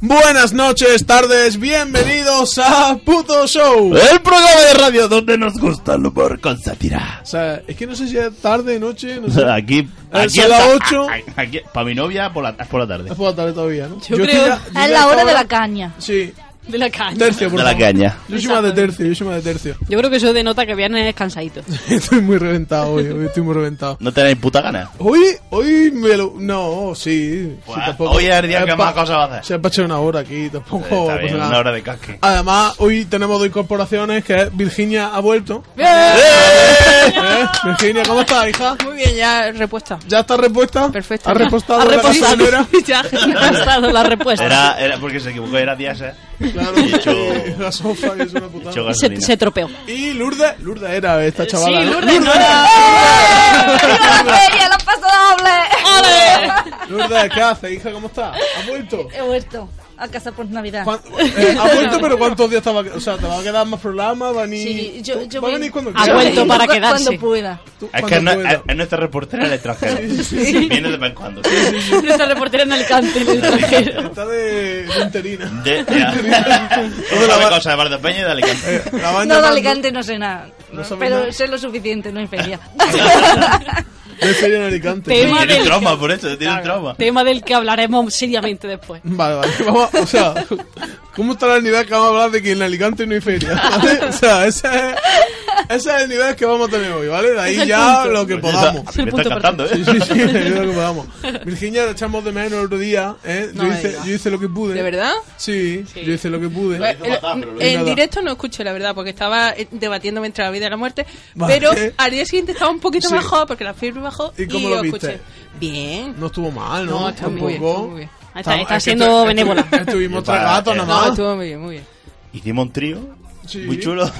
Buenas noches, tardes, bienvenidos a Puto Show. El programa de radio donde nos gusta el humor con sátira. O sea, es que no sé si es tarde, noche, no sé. Aquí, Eh, aquí son las está- ocho. a- a- aquí- para mi novia por la, es por la tarde. Es por la tarde todavía, ¿no? Yo es que creo- ya- yo Es ya la hora ahora- de la caña. Sí, De la caña. tercio, por De la favor. caña. Yo soy más de tercio, yo soy más de tercio. Yo creo que eso denota que viernes es cansadito. estoy muy reventado hoy, hoy estoy muy reventado. No tenéis puta gana. Hoy, hoy me lo... No, sí. Pues, sí, tampoco. hoy es el día que más pa- cosas va a hacer. Se ha pasado una hora aquí, tampoco Eh, está pasa bien, nada. una hora de casque. Además, hoy tenemos dos incorporaciones, que es Virginia ha vuelto. ¿Eh? Virginia, ¿cómo estás, hija? Muy bien, ya repuesta. ¿Ya está respuesta? Perfecto. ¿Has Ya. repostado Ha la repostado. gasolinera? Ya ha repostado la Pues respuesta. Era, era porque se equivocó, era Diasa. Claro, Y hecho- sí, la sofa que es una putada. Hecho Y se, gasolina. se tropeó. Y Lourdes, Lourdes era esta chavala. sí, ¿no? Lourdes, no ¡Viva la feria, los pasodobles! Lourdes, ¿qué hace, hija? ¿Cómo estás? ¿Has vuelto? He vuelto a casa por Navidad. ¿Cuán- eh, ¿Has vuelto, pero cuántos días estaba? O sea, ¿te va a quedar más programas? ¿Va a venir, Sí, yo, yo va a voy- venir cuando yo Ha quieras. vuelto voy para cu- quedarse. Cuando pueda. Tú, Es que cuando no, eh, es, puedas. es nuestra reportera del extranjero. Viene de vez en cuando. Nuestra reportera en Alicante, en el extranjero. Está de de interina. De, de, cosa de Bar de Peña y de Alicante. Eh, La van No, de llamando. Alicante no sé nada. No sabe pero nada. sé lo suficiente, no hay feria. No hay feria en Alicante. Tema Tiene un del, trauma por eso, tiene un trauma. tema del que hablaremos seriamente después. Vale, vale. Vamos, a- o sea, ¿cómo estará el nivel que vamos a hablar de que en Alicante no hay feria? ¿vale? O sea, ese es, ese es el nivel que vamos a tener hoy, ¿vale? De ahí ya lo que Pues podamos. esa- a mí me está encantando, Sí, ¿eh? sí, sí, es lo que podamos. Virginia, la echamos de menos el otro día, ¿eh? Yo, No me hice, digas. yo hice lo que pude. ¿De verdad? Sí, yo hice lo que pude. Eh, hizo fatal, pero lo en hizo. directo no escuché, la verdad, porque estaba eh, debatiéndome entre la vida y la muerte. Vale. Pero al día siguiente estaba un poquito Sí. mejor porque la fiebre bajó ¿Y y, cómo lo viste? escuché. Bien. No estuvo mal, ¿no? No, está muy bien, Tampoco. está muy bien. Ahí Está, está es que siendo estu- benévola. estu- Estuvimos tres Para- gatos nada eh, No, más. estuvo muy bien, muy bien. Hicimos un trío Sí. muy chulo.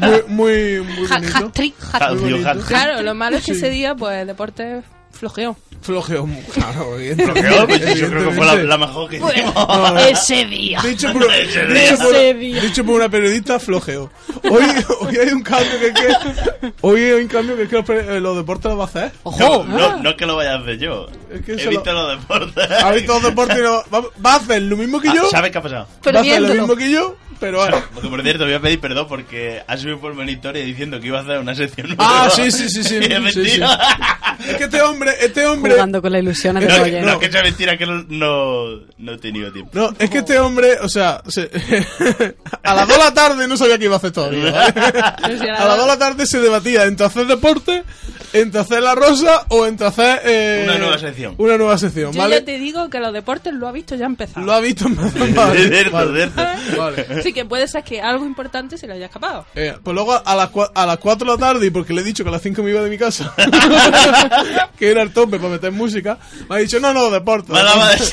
Muy, muy, muy bonito. Hat-trick, Ja- muy digo, bonito. hat-trick. Claro, lo malo es que Sí. ese día, pues, el deporte flojeó. Flojeó, mu- claro. Creo, pues, yo creo que fue la, evidentemente. la mejor que hicimos. Ese día. Dicho por, Ese dicho, día. Ese por, día. dicho por una periodista, flojeo. Hoy, hoy hay un cambio que es que. Hoy hay un cambio que es que los, pre- eh, los deportes los va a hacer. No, no, no es que lo vaya a hacer yo. Es que He se lo- visto los deportes. Ha visto los deportes y no, va, va a hacer lo mismo que Ah, yo. ¿Sabes qué ha va pasado? a hacer lo Perdiéndolo. mismo que yo, pero ahora. Porque, por cierto, voy a pedir perdón porque ha subido por mi historia diciendo que iba a hacer una sección nueva. Ah, sí, sí, sí, sí. Y sí, es sí. mentira. Es que este hombre, este hombre. Jugando con la ilusión de No, No, que- Goyer. no, que sea mentira, que no, no, no he tenido tiempo. No, es que este hombre, o sea, se- a las 2 de la tarde no sabía qué iba a hacer todavía. ¿vale? Sí, A las 2 de la tarde se debatía entre hacer deporte, entre hacer la rosa o entre hacer. eh, Una nueva sección. Una nueva sección, Yo ¿vale? ya te digo que los deportes lo ha visto, ya ha empezado. Lo ha visto en De Vale, cierto, vale. de cierto. Vale. Así que puede ser que algo importante se le haya escapado. Eh, pues luego a las, cua- a las 4 de la tarde, y porque le he dicho que a las 5 me iba de mi casa, que era el tope para meter música, me ha dicho, no, no, deporte. Me ha dado deporte".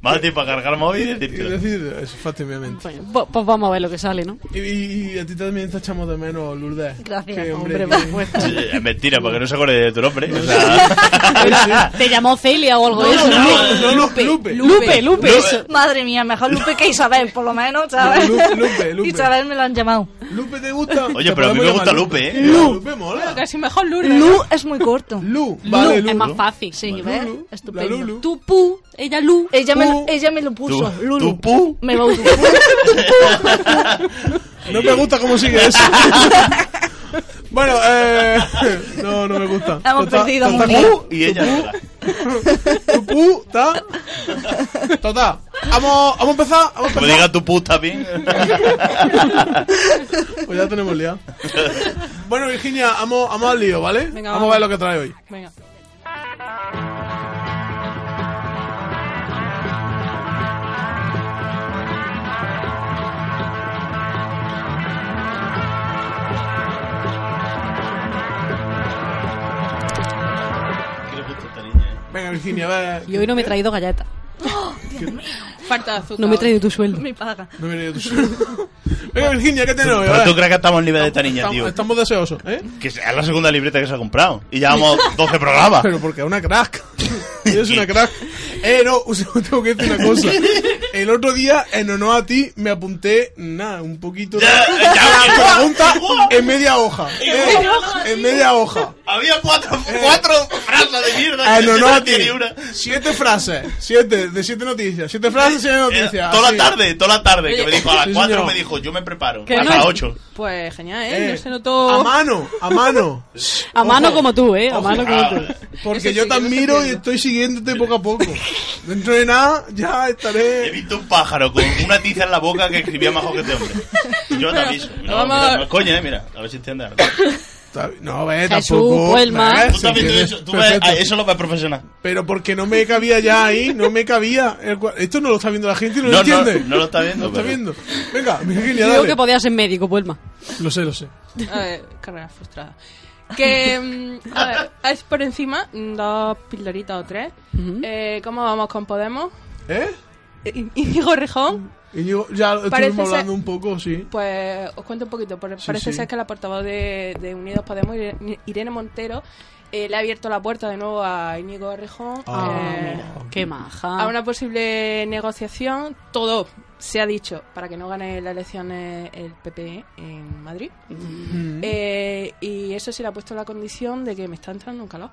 más tiempo a cargar móvil y Y decirte. decir, eso, fácilmente. Bueno, po- pues vamos a ver lo que sale, ¿no? Y, y- y a ti también te echamos de menos, Lourdes. Gracias, Que, Hombre, que- por supuesto. Sí, Es mentira, porque no se acuerde de tu nombre. O sea, ¿Te llamó Celia o algo de eso? No, no, no, no, Lupe, Lupe. Lupe, Lupe, No, eso. Madre mía, mejor Lupe que Isabel, por lo menos, ¿sabes? Lu- Lupe, Lupe. Isabel me lo han llamado. Lupe te gusta. Oye, Te pero a mí podemos me gusta llamar Lupe, ¿eh? Lu- Lupe mola. Casi mejor Lourdes. Lu es muy corto. Lu, vale, Lu, Lu. es más fácil. Sí, Vale. ¿ves? Lulu, Estupendo. la Lulu. Tú, pu, ella, Lu. Ella me, Tú. ella me lo tú- puso, Lulu. tú, pu. Me bautizó. No me gusta cómo sigue eso. bueno, eh, no, no me gusta. Hemos Tota- perdido tota- un hilo. Y ella llega. Tu pu, ta. Total, vamos, vamos a empezar. Vamos a Como empezar. diga tu puta bien. Pues ya tenemos liado. Bueno, Virginia, vamos, vamos al lío, ¿vale? Venga, vamos a ver lo que trae hoy. Venga. Venga, Virginia, a ver. Y hoy no me he traído galletas. Falta de azúcar. No me he hoy. traído tu sueldo. Mi paga. No viene tu Venga, Virginia, ¿qué tenemos hoy? A Pero tú ver. crees que estamos en libre de esta niña, Estamos, tío. estamos deseosos, ¿eh? Que sea la segunda libreta que se ha comprado. Y llevamos 12 programas. Pero porque es una crack. es una crack. Eh, no, un segundo, tengo que decir una cosa. El otro día, en honor a ti, me apunté, nada, un poquito de... Ya, ya, Te ya. la junta en media hoja. eh, en media hoja. Había cuatro, cuatro Eh. frases de mierda. En que honor no Ah, a ti. tiene una. Siete frases. Siete, de siete noticias. Siete frases, siete Era noticias. Eh, Toda así. la tarde, toda la tarde. Que me dijo a ah, Sí, las 4 señor. me dijo, yo me preparo. Que A no las es- 8. Pues genial, ¿eh? Eh, No se notó... A mano, a mano. A mano Ojo. como tú, ¿eh? A mano Ah, como tú. Porque Eso yo te sí, yo no te admiro y pierdo. estoy siguiéndote poco a poco. Dentro de nada, ya He estaré. visto un pájaro con una tiza en la boca que escribía mejor que este hombre. Y yo te aviso. No, vamos a- mira, no, coña, eh, mira. A ver si entiendes algo. No, ves, Jesús, tampoco. pues, Huelma. ves, Tú también sí, te ves, eso. Tú ves, perfecto. ah, eso lo ves profesional. Pero porque no me cabía ya ahí, no me cabía. El cua- Esto no lo está viendo la gente y no, No, lo no, entiende. no lo está viendo, No lo está pero- viendo. Venga, Virginia, Digo dale. que podía ser médico, Puelma. Lo sé, lo sé. A ver, carrera frustrada. Que, mm, a ver, es por encima, mm, dos pildoritas o tres. Eh, ¿Cómo vamos con Podemos? ¿Eh? Eh, Íñigo Rejón, Y yo ya estuvimos Parece ser- hablando un poco, sí. pues os cuento un poquito. por- Sí, parece sí. ser que la portavoz de, de Unidos Podemos, Irene- Irene Montero, eh, le ha abierto la puerta de nuevo a Íñigo Rejón. Ah, eh, Qué maja. a una posible negociación. Todo se ha dicho para que no gane las elecciones el PP en Madrid. Eh, y eso sí le ha puesto la condición de que me está entrando un calor.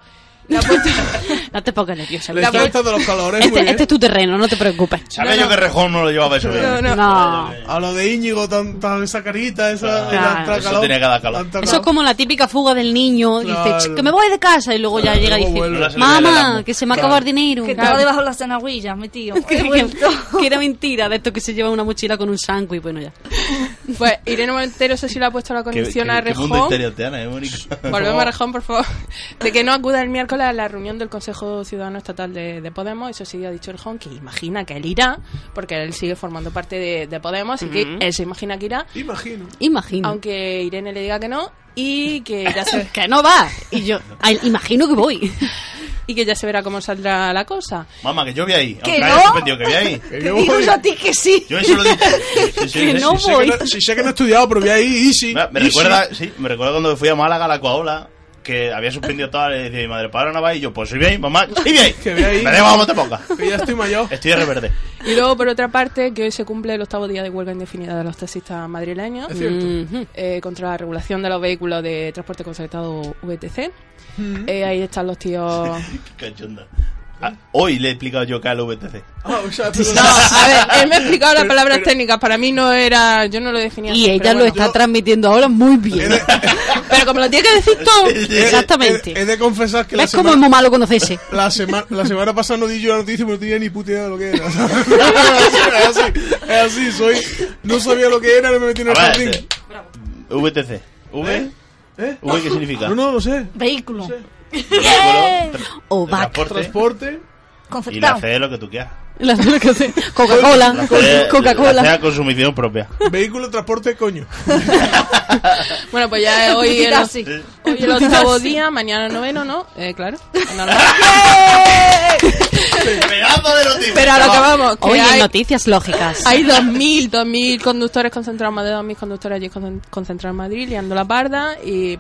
Le ha puesto- No te pongas nerviosa. Le Puelma. están entrando los calores, Este, muy bien. este es tu terreno, no te preocupes. ¿Sabes yo que Rejón no lo llevaba eso? bien? No, no. No. A lo de Íñigo, tan, tan- esa carita, esa, Claro. tanta Ah, Eso tenía que dar calor. tanta Eso es como la típica fuga del niño. Claro. Dice, "Ch, que me voy de casa. Y luego ya Claro, llega y luego dice, vuelve. No la se le ve la mamá, mano". que se me acaba el dinero. Que Claro. estaba debajo de las cenaguillas, mi tío. que, He vuelto. que- que era mentira de esto que se lleva una mochila con un sándwich. Bueno, ya. Pues Irene Montero, eso sí le ha puesto la Qué- condición qué- a qué mundo Rejón. estereoteana, eh, Mónica. Volvemos a Rejón, por favor. De que no acuda el miércoles a la reunión del Consejo Ciudadano Estatal de, de Podemos. Eso sí ha dicho Rejón, que imagina que él irá, porque él sigue formando parte de, de Podemos, así que él se imagina que irá, Imagino. Imagino. aunque Irene le diga que no, y que ya se, Que no va. Y yo, "Ay, imagino que voy. y que ya se verá cómo saldrá la cosa. Mamá, que yo voy ahí. ¿Que Aunque no? haya suspendido, que voy Que ahí. Te yo digo voy. yo a ti que sí. Yo eso lo dije. Sí, sí, Que sí, no sí, Sé voy. que no- sí, sé que no he estudiado, pero voy ahí, easy. Me, me easy. recuerda, sí, me recuerda cuando fui a Málaga a la Coahola, que había suspendido toda le decía mi madre, para ahora no va y yo, pues soy bien, mamá, soy bien. Que ve ahí. Me da igual cómo te pongas. Que ya estoy mayor. Estoy de verde. Y luego, por otra parte, que hoy se cumple el octavo día de huelga indefinida de los taxistas madrileños Es cierto. Ujú. eh, contra la regulación de los vehículos de transporte concertado VTC. Eh, ahí están los tíos. Qué cachonda. Ah, hoy le he explicado yo que al VTC. Ah, o sea, pero- No, a ver, él me ha explicado las Pero- palabras pero- técnicas. Para mí no era. Yo no lo definía Y así, ella pero lo bueno. está transmitiendo ahora muy bien. Pero como lo tienes que decir tú. He- Exactamente. Eh, He, he de confesar que la ¿Ves cómo es semana, muy malo conocerse? la, sema- la semana pasada no di yo la noticia porque no tenía ni puta idea de lo que era. es así, es así, soy. No sabía lo que era, no me metí en el A ver, jardín. eh, VTC. ¿V? ¿Eh? ¿V qué significa? No, no, lo sé. ¿Este? Vehículo. Vehículo, tra- O vaca. transporte. Transporte. Y la Concertado. C es lo que tú quieras. Las de lo que hace- Coca-Cola. La C- La C Coca-Cola. a consumición propia. Vehículo, transporte, coño. Bueno, pues ya hoy el, Así. hoy el octavo día, mañana el noveno, ¿no? Eh, claro. es normal. Pedazo de noticias. Pero a lo que chaval. vamos, que Hoy en hay, Noticias Lógicas. Hay 2.000, 2.000 conductores concentrados, más de 2.000 conductores allí concen- concentrados en Madrid, liando la parda y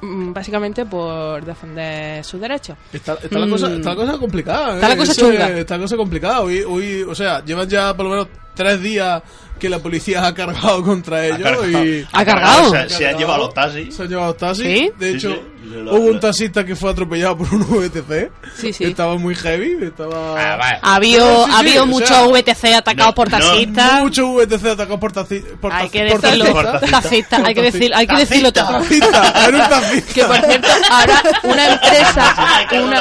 mm, básicamente por defender sus derechos. Está, está la cosa, está la cosa complicada. ¿eh? Está la cosa Eso es- chunga. Está la cosa complicada. Hoy, hoy, o sea, llevan ya por lo menos tres días que la policía ha cargado contra ellos cargado. y ¿Ha cargado? Se, se ha llevado los taxis. se han llevado taxis. ¿Sí? De Sí, hecho, sí. Lo- Hubo un lo- taxista que fue atropellado por un VTC. Sí, sí. Estaba muy heavy, estaba... Ah, vale. Había, No, sí, sí, había o muchos sea, VTC atacados no, por no, taxistas. Muchos VTC atacados por taxistas. hay que decirlo. taxista. Por taxista. Taxistas, hay que decirlo, hay que Taxista. decirlo todo. Taxista, era un taxista. Que por cierto, ahora una empresa, una, Era un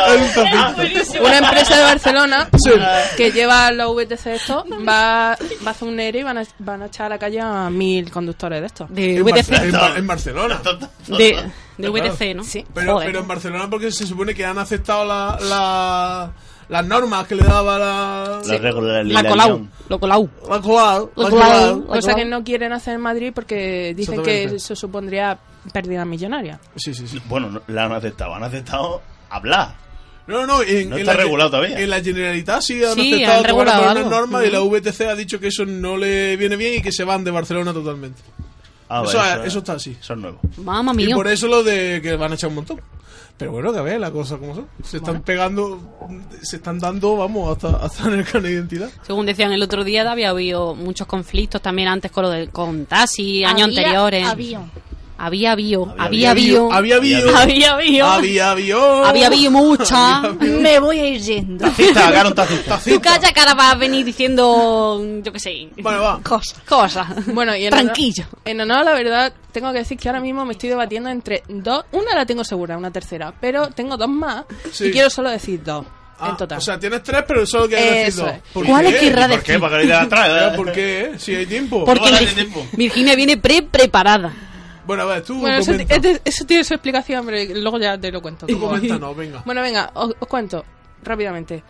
Ah, taxista. una empresa de Barcelona Sí. que lleva los VTC estos, va, va a hacer un ERE y van a, van a echar a la calle a mil conductores de estos. De En, Barce- VTC. en Ba- en Barcelona. De, de VTC, ¿no? Sí. Pero, Joder. pero en Barcelona porque se supone que han aceptado la, la- las normas que le daba la... Los reglas de La Lila Colau. León. La Colau. La Colau. La La Colau. Colau. Cosa que no quieren hacer en Madrid porque dicen que Exactamente. eso supondría pérdidas millonarias. Sí, sí, sí. Bueno, no, la han aceptado. Han aceptado hablar. No, no, en, No en está la, regulado todavía. En la Generalitat sí han Sí, aceptado han tomar regulado unas algo. normas y la VTC ha dicho que eso no le viene bien y que se van de Barcelona totalmente. Ah, Eso- vale, eso está así. Eso es nuevo. Mamma Y mía. por e- eso lo de que van a echar un montón. Pero bueno, que a ver, la cosa como son. Se están pegando, se están dando, vamos, hasta, hasta en el carnet de identidad. Según decían el otro día, había habido muchos conflictos también antes con lo de, con taxi, años Había anteriores. Avión. Había habido, Había había habido, Había habido. había habido, Había habido. había habido mucha. Me voy a ir yendo. Taxista, claro, un taxista. Tú calla que ahora vas a venir diciendo, yo qué sé, Vale, va. cosas, cosas. Bueno, y en tranquillo. Honor, en honor a la verdad, tengo que decir que ahora mismo me estoy debatiendo entre dos. Una la tengo segura, una tercera, pero tengo dos más Sí. y quiero solo decir dos Ah, en total. O sea, tienes tres, pero solo quieres decir Eso dos. es. ¿Por ¿Cuál qué? es que irra- ¿Por qué? ¿Para que le atrás? Ah, ¿Por qué? eh? Si hay tiempo. Porque Tómala de Vir- tiempo. Virginia viene pre preparada. Bueno, a ver, tú Bueno, eso, comenta. ti- eso tiene su explicación, pero luego ya te lo cuento. Tú Como- coméntanos, venga. Bueno, venga, os, os cuento rápidamente.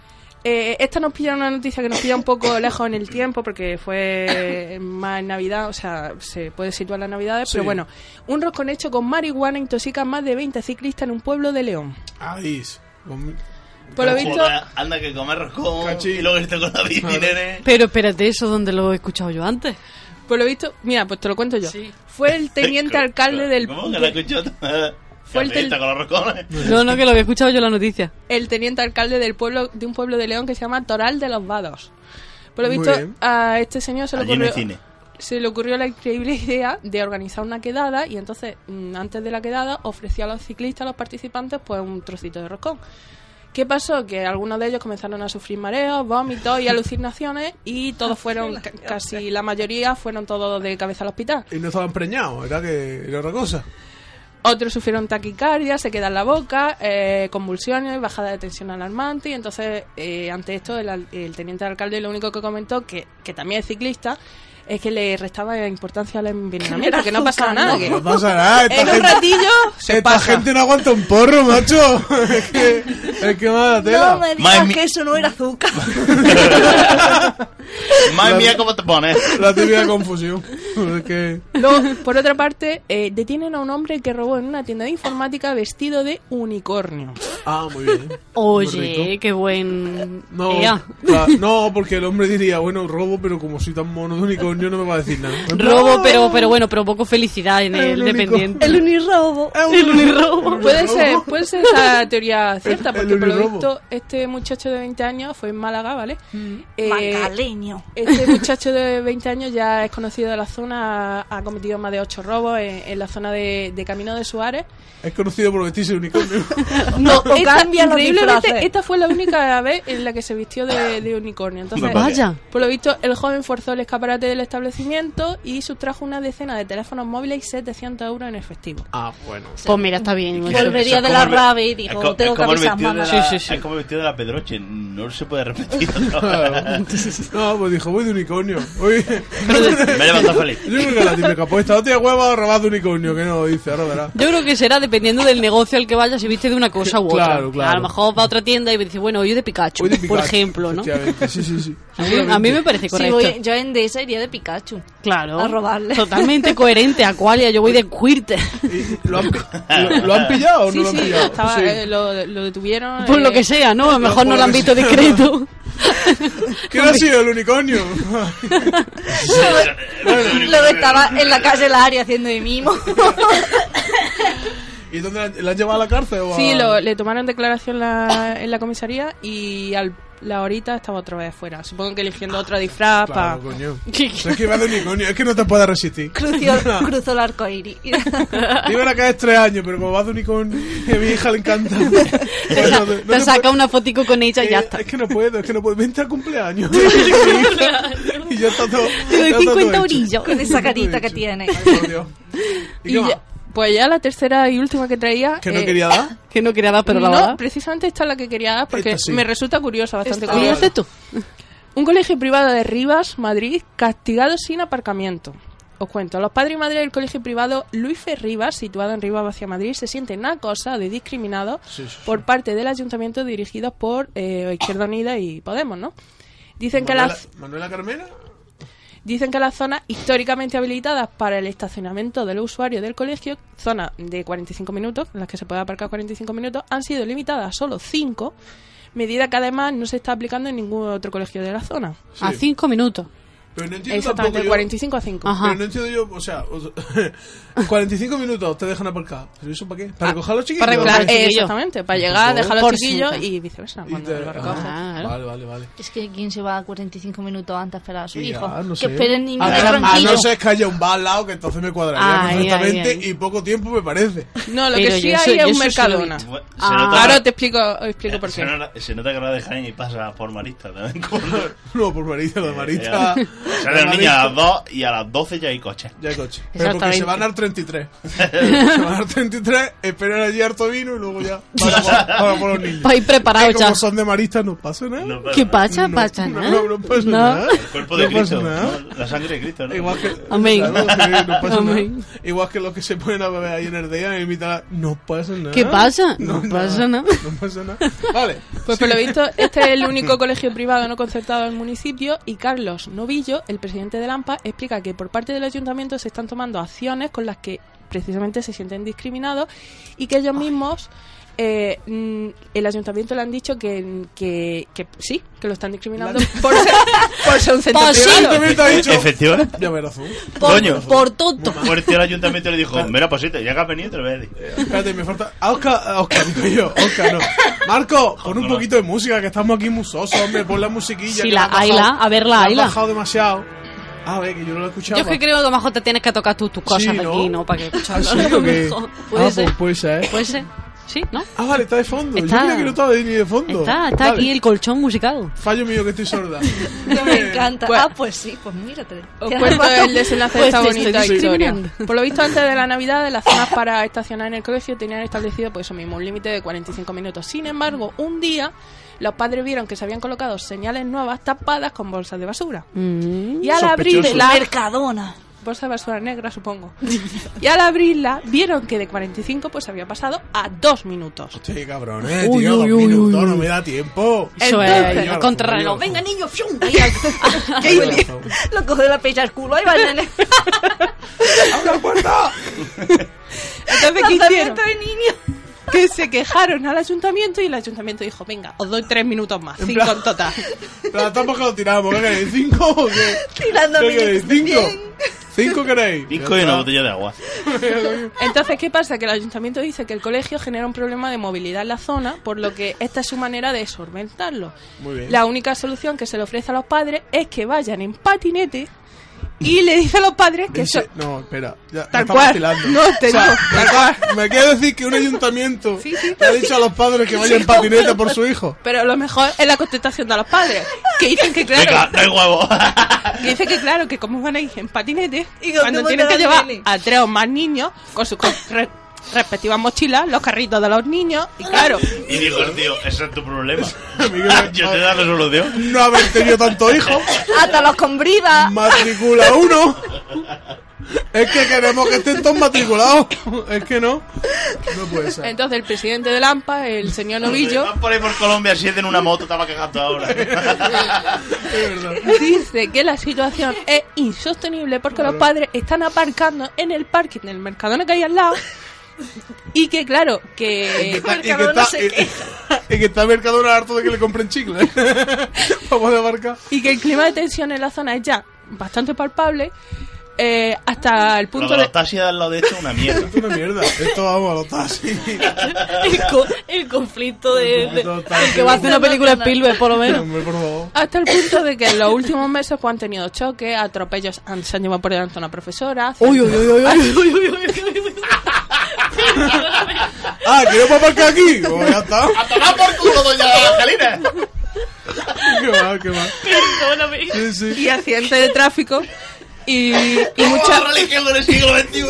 Eh, esta nos pilla una noticia que nos pilla un poco lejos en el tiempo porque fue más en Navidad, o sea, se puede situar las Navidades, Sí. pero bueno, un roscón hecho con marihuana intoxica a más de 20 ciclistas en un pueblo de León. Ahí. es. Con- Por lo Joder, visto, Anda que comer roscón Cachín. y luego irte con la bici, Claro. nene. Pero espérate, eso donde lo he escuchado yo antes. por lo visto, mira, pues te lo cuento yo. Sí. Fue el teniente alcalde del ¿Cómo que la de- escuchó? Fue el Cafeísta tel- con los roscones. No, no, que lo había escuchado yo en la noticia. el teniente alcalde del pueblo de un pueblo de León que se llama Toral de los Vados. Por lo Muy visto, bien. a este señor se le Allí no ocurrió hay cine. se le ocurrió la increíble idea de organizar una quedada y entonces mm, antes de la quedada ofrecía a los ciclistas, a los participantes, pues un trocito de roscón. ¿Qué pasó? Que algunos de ellos comenzaron a sufrir mareos, vómitos y alucinaciones y Ah, todos fueron, ca- casi la mayoría fueron todos de cabeza al hospital. Y no estaban preñados, era que era otra cosa. Otros sufrieron taquicardia, se quedan la boca, eh, convulsiones, bajada de tensión alarmante. Y entonces, eh, ante esto, el, al- el teniente alcalde lo único que comentó, que, que también es ciclista, es que le restaba importancia al envenenamiento, que no pasaba nada. que- No pasa nada, esta en un gente, ratillo se esta pasa. gente no aguanta un porro, macho. es que es que va la tela. no Madre me digas mía. que eso no era azúcar. Madre mía, ¿cómo te pones? La típica confusión. Es que Luego, por otra parte, eh, detienen a un hombre que robó en una tienda de informática vestido de unicornio. ah, muy bien. Muy Oye, rico. qué buen. No, Ea. va, no, porque el hombre diría, bueno, robo, pero como soy tan mono de unicornio no me va a decir nada. Robo, pero, pero bueno, provoco felicidad en El el, único. dependiente. El unirrobo. el unirrobo. Puede ser, puede ser esa teoría cierta, El- el porque por lo unirrobo. visto este muchacho de 20 años fue en Málaga, ¿vale? Mm. Eh, Magaleño. Este muchacho de 20 años ya es conocido de la zona, ha- ha cometido más de 8 robos en, en la zona de, de Camino de Suárez. Es conocido por vestirse de unicornio. No, o cambia los disfraces. increíblemente, esta fue la única vez en la que se vistió de, de unicornio. Entonces, Vaya. por lo visto, el joven forzó el escaparate del establecimiento y sustrajo una decena de teléfonos móviles y 700 euros en efectivo. ah, bueno. Pues mira, está bien. Eso- eso. eso Volvería es de como la el ve- rave y es dijo, co- tengo es como el camisas vestido de malas. la- Sí, sí, sí. Es como el vestido de la Pedroche, no se puede repetir. No, pues dijo, voy de unicornio. Voy- Me he levantado feliz. Yo creo que la típica apuesta, no tiene hueva robar de unicornio, que no dice, ahora verás. Yo creo que será dependiendo del negocio al que vayas si viste de una cosa u otra. Claro, claro. A lo mejor va a otra tienda y dice, bueno, yo de Pikachu, Voy de por Pikachu, ejemplo, ¿no? efectivamente. Sí, sí, sí. A mí, a mí me parece Si correcto. voy, yo en Deza iría de Pikachu. Claro. a robarle. Totalmente coherente, Acualia, yo voy de Quirte. ¿Y ¿Lo han, lo- lo han pillado o no Sí, lo han sí, pillado? estaba- Sí. eh, lo, lo detuvieron. Por lo eh, que sea, ¿no? A lo mejor no lo han por visto lo que sea. discreto. ¿Quién ha sido el unicornio? Luego estaba en la calle Lari haciendo de mimo. ¿Y dónde la, la han llevado a la cárcel? O a- Sí, lo- le tomaron declaración la- en la comisaría y al, la horita estaba otra vez fuera. Supongo que eligiendo otro disfraz Ah, Claro, para... coño. Es que iba de unicornio, es que no te puedes resistir. Crució, cruzó el arco iris. Iba a caer tres años, pero como vas de unicornio, a mi hija le encanta. Pues Te, sa- te puedes- saca una fotico con ella y ya Eh, está. Es que no puedo, es que no puedo. Vente al cumpleaños. y ya está todo. Te doy ya está todo 50 hecho. orillos. Con esa carita que hecho. tiene. Ay, por Dios. ¿Y, Y qué ya- más? pues ya la tercera y última que traía... ¿Que no eh, quería dar? Que no quería dar, pero la no, verdad. precisamente esta es la que quería dar porque Esta sí. me resulta curiosa, bastante Esta- curiosa. Fíjate tú. Un colegio privado de Rivas, Madrid, castigado sin aparcamiento. Os cuento, los padres y madres del colegio privado Luis Fer Rivas, situado en Rivas hacia Madrid, se sienten acosados y discriminados por parte del ayuntamiento dirigidos por eh, Izquierda Unida y Podemos, ¿no? Dicen que, ¿Manuela, las, ¿Manuela Carmena? dicen que las zonas históricamente habilitadas para el estacionamiento del usuario del colegio, zonas de 45 minutos, en las que se puede aparcar 45 minutos, han sido limitadas a solo 5, medida que además no se está aplicando en ningún otro colegio de la zona. A Sí. cinco minutos. Pero no entiendo Exactamente, tampoco yo- 45 a 5. Ajá. Pero no entiendo yo, o sea, os- 45 minutos te dejan aparcar. ¿Pero eso para qué? ¿Para recoger a los chiquillos? Ah, para recoger- ¿O qué? Eh, chiquillo. exactamente, para llegar, dejar a los Por chiquillos cinco. y viceversa. Y Cuando te- lo recoges. ah, Claro. Vale, vale, vale. Es que quién se va a 45 minutos antes a esperar a su Y hijo. ya, ah, no Que sé. Ah, esperen y a, me a tranquilo. no ser que haya un bar al lado que entonces me cuadraría Ay, perfectamente ay, ay. y poco tiempo me parece. No, lo Pero que sí yo eso- hay yo es un eso sí lo he Mercadona. visto. Bueno, Ah. se nota, Ahora te explico, os explico por se qué. nota, se nota que ahora de Jaén y pasa por Marista también. No, por Marita, la Marita. Ya. Sale la el niño Marita- a las 2 y a las 12 ya hay coche. Ya hay coche. Pero porque se Exactamente. van al 33. se van al 33, esperan allí harto vino y luego ya van a por, van a por los niños. Para ir preparado Que como ya. son de Marista no pasa nada. No, pero- ¿Qué pasa? pasa no, nada. no, no pasa No. nada. El cuerpo de No pasa Cristo. nada. ¿no? La sangre de Cristo, ¿no? Igual que, Amén. Claro, sí, no pasa Amén. nada. Igual que los que se ponen a beber ahí en el día y mitad no pasa nada. ¿Qué pasa? No pasa nada. No pasa nada. Vale. Pues por lo visto, este es el único colegio privado no concertado del municipio y Carlos Novillo, el presidente de AMPA, explica que por parte del ayuntamiento se están tomando acciones con las que precisamente se sienten discriminados y que ellos mismos, eh, mm, el ayuntamiento le han dicho que, que, que sí, que lo están discriminando por ser, por ser un centro Pues sí. privado. También te ha dicho. Efectivamente. Ya verás tú. Coño. Por, por tonto. Fuerte el ayuntamiento le dijo, mira, pasita, ya que has venido, te lo voy a decir. Espérate, me falta. Ah, Oscar, ah, Oscar, digo yo. Oscar, no. Marco, pon un poquito de música, que estamos aquí musosos, hombre. Pon la musiquilla. Sí, que la- has bajado- hayla, a verla, que has hayla. bajado demasiado. Ah, ve, que yo no lo escuchaba. Yo es que creo que a lo mejor te tienes que tocar tú tus cosas Sí, ¿no? aquí, ¿no? Para que Ah, escucharlo. sí, a ¿o lo qué? mejor. Ah, Puede ser. pues puede ser. Puede ser. ¿Sí? ¿No? Ah, vale, está de fondo. Está- Yo creo que no estaba ni de fondo. Está, está Vale. aquí el colchón musical. Fallo mío que estoy sorda. Me encanta. Pues- ah, pues sí, pues mírate. Os cuento el desenlace de esta Pues te estoy bonita historia. discriminando. Por lo visto, antes de la Navidad, las zonas para estacionar en el colegio tenían establecido, pues eso mismo, un límite de 45 minutos. Sin embargo, un día, los padres vieron que se habían colocado señales nuevas tapadas con bolsas de basura. Y al Sospechoso. abrirla, Mercadona. bolsa de basura negra, supongo. Y al abrirla, vieron que de 45 pues había pasado a 2 minutos. Hostia, cabrón, eh, Uy, tío. uy, dos uy, minutos, uy. no me da tiempo. Eso Entonces, es, el contrarreloj. Venga, niño, fium, ahí al- que le- Lo coge de la pecha al culo, ahí va el nene. ¡Abre la puerta! Entonces, ¿qué hicieron? Lanzamiento de niño. que se quejaron al ayuntamiento y el ayuntamiento dijo, venga, os doy tres minutos más, En cinco plan- en total. Pero tampoco lo tiramos, ¿qué queréis? ¿Cinco o qué? Tirando ¿Qué mini- queréis? bien. ¿Cinco? ¿Cinco queréis? Pico y una botella de agua. Entonces, ¿qué pasa? Que el ayuntamiento dice que el colegio genera un problema de movilidad en la zona, por lo que esta es su manera de solventarlo. Muy bien. La única solución que se le ofrece a los padres es que vayan en patinete y le dice a los padres que eso... Dice- No, espera. Ya, Tal me está cual. vacilando. No, te O sea, digo, me- Me quiere decir que un ayuntamiento le ha dicho a los padres que vayan en patineta por su hijo. Pero lo mejor es la contestación de los padres, que dicen que claro... Venga, no hay huevo. que dice que claro, que como van a ir en patinete, ¿Y dónde cuando tienen que montan llevar al nene? a tres o más niños con sus con- re- respectivas mochilas, los carritos de los niños, y claro, Y dijo el tío, ese es tu problema. Miguel, Yo te da la solución. No haber tenido tanto hijo. Hasta los con brida. Matricula uno. Es que queremos que estén todos matriculados. Es que no. No puede ser. Entonces el presidente de Lampa, el señor Novillo, Vas por ahí por Colombia, si es en una moto, te vas cagando ahora. eh, dice que la situación es insostenible porque los padres están aparcando en el parking del Mercadona que hay al lado y que claro, que... y que está, y- y que está Mercadona harto de que le compren chicle. Vamos de marca. y que el clima de tensión en la zona es ya bastante palpable, eh, hasta el Lo punto de de... los taxis de al lado de esto es una mierda. Esto es una mierda. Esto vamos a los taxis. El, co- el conflicto de... de- Los taxis. Que va a hacer una película Spielberg, por lo menos. Hombre, por favor. Hasta el punto de que en los últimos meses pues, han tenido choques, atropellos, han, se han llevado por delante a una profesora. Uy, uy, uy, uy, uy. Ah, ¿quieres aparcar aquí? Pues ya está. ¡A tomar por culo, doña Angelina! Qué mal, qué mal. Sí, sí. Y accidentes de tráfico. Y, y ¡Como mucha, la religión del siglo XXI!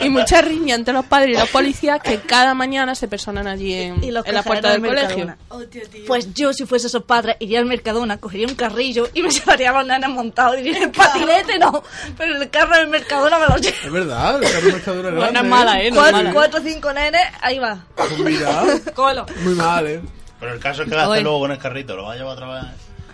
y mucha riña entre los padres y los policías que cada mañana se personan allí en, Y los en la puerta del cajeros del colegio. Mercadona. Pues yo, si fuese esos padres, iría al Mercadona, cogería un carrillo y me llevaría a los nenes montados. Diría, el patinete no, pero el carro del Mercadona me lo llevo. Es verdad, el carro mercadona es grande. Pues No es mala, ¿eh? No es Cuatro, mala. cuatro, cinco nenes, ahí va. Mira, Colo. muy mal, ¿eh? Pero el caso es que lo hace Oye. luego con el carrito, lo va a llevar otra vez.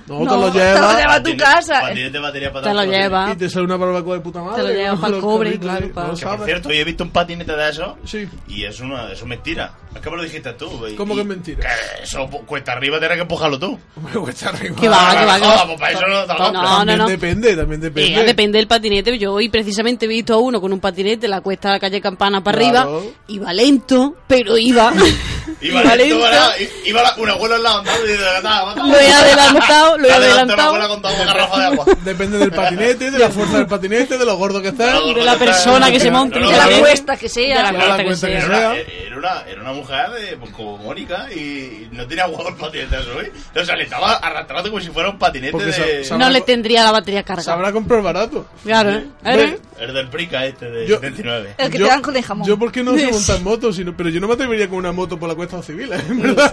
No, te lo te lo llevas. llevas a tu casa. Patines de batería para Te lo atrás, patines. lleva. Y te sale una barbacoa de puta madre. Te lo llevas ¿no? pa'l Los cobre, carritos, claro, ¿no pa- lo Que por sabes? cierto, yo he visto un patinete de eso. Sí. Y es una, eso es mentira. Es que me lo dijiste tú. y- ¿Cómo que y- es mentira? que eso pu- cuesta arriba tienes que empujarlo tú. Me cuesta arriba. Que va, Ah, que va, que joda, va. pues para eso no te lo compras. no, no, También no. depende, también depende. Eh, depende del patinete. Yo hoy precisamente he visto a uno con un patinete, la cuesta de la calle Campana para Claro. arriba. Iba lento, pero iba. Iba, lento. lento, ¿verdad? I- iba la- un abuelo al lado andando y dice, "Gatá, gatá". Lo he adelantado, lo Adelantó he una adelantado. abuela con toda una garrafa de agua. Depende del patinete, de la fuerza del patinete, de lo gordo que está. Lo gordo de la que está. persona que se monte, No, De no, la no, Claro. cuesta De que la sea. cuesta cuesta que que sea. sea. Era, era una, era una mujer de, pues, como Mónica y no tenía agua el patinete hoy. O sea, le estaba arrastrando como si fuera un patinete Porque de... sa- sa- No le tendría la batería cargada. Sabrá comprar barato. Claro, ¿eh? Ve, ¿Eh? El del Prica este de Yo- 29. El que Yo- te dan con el jamón. Yo porque no sé montar motos, sino, pero yo no me atrevería con una moto por la cuesta civil, ¿eh? En ¿verdad?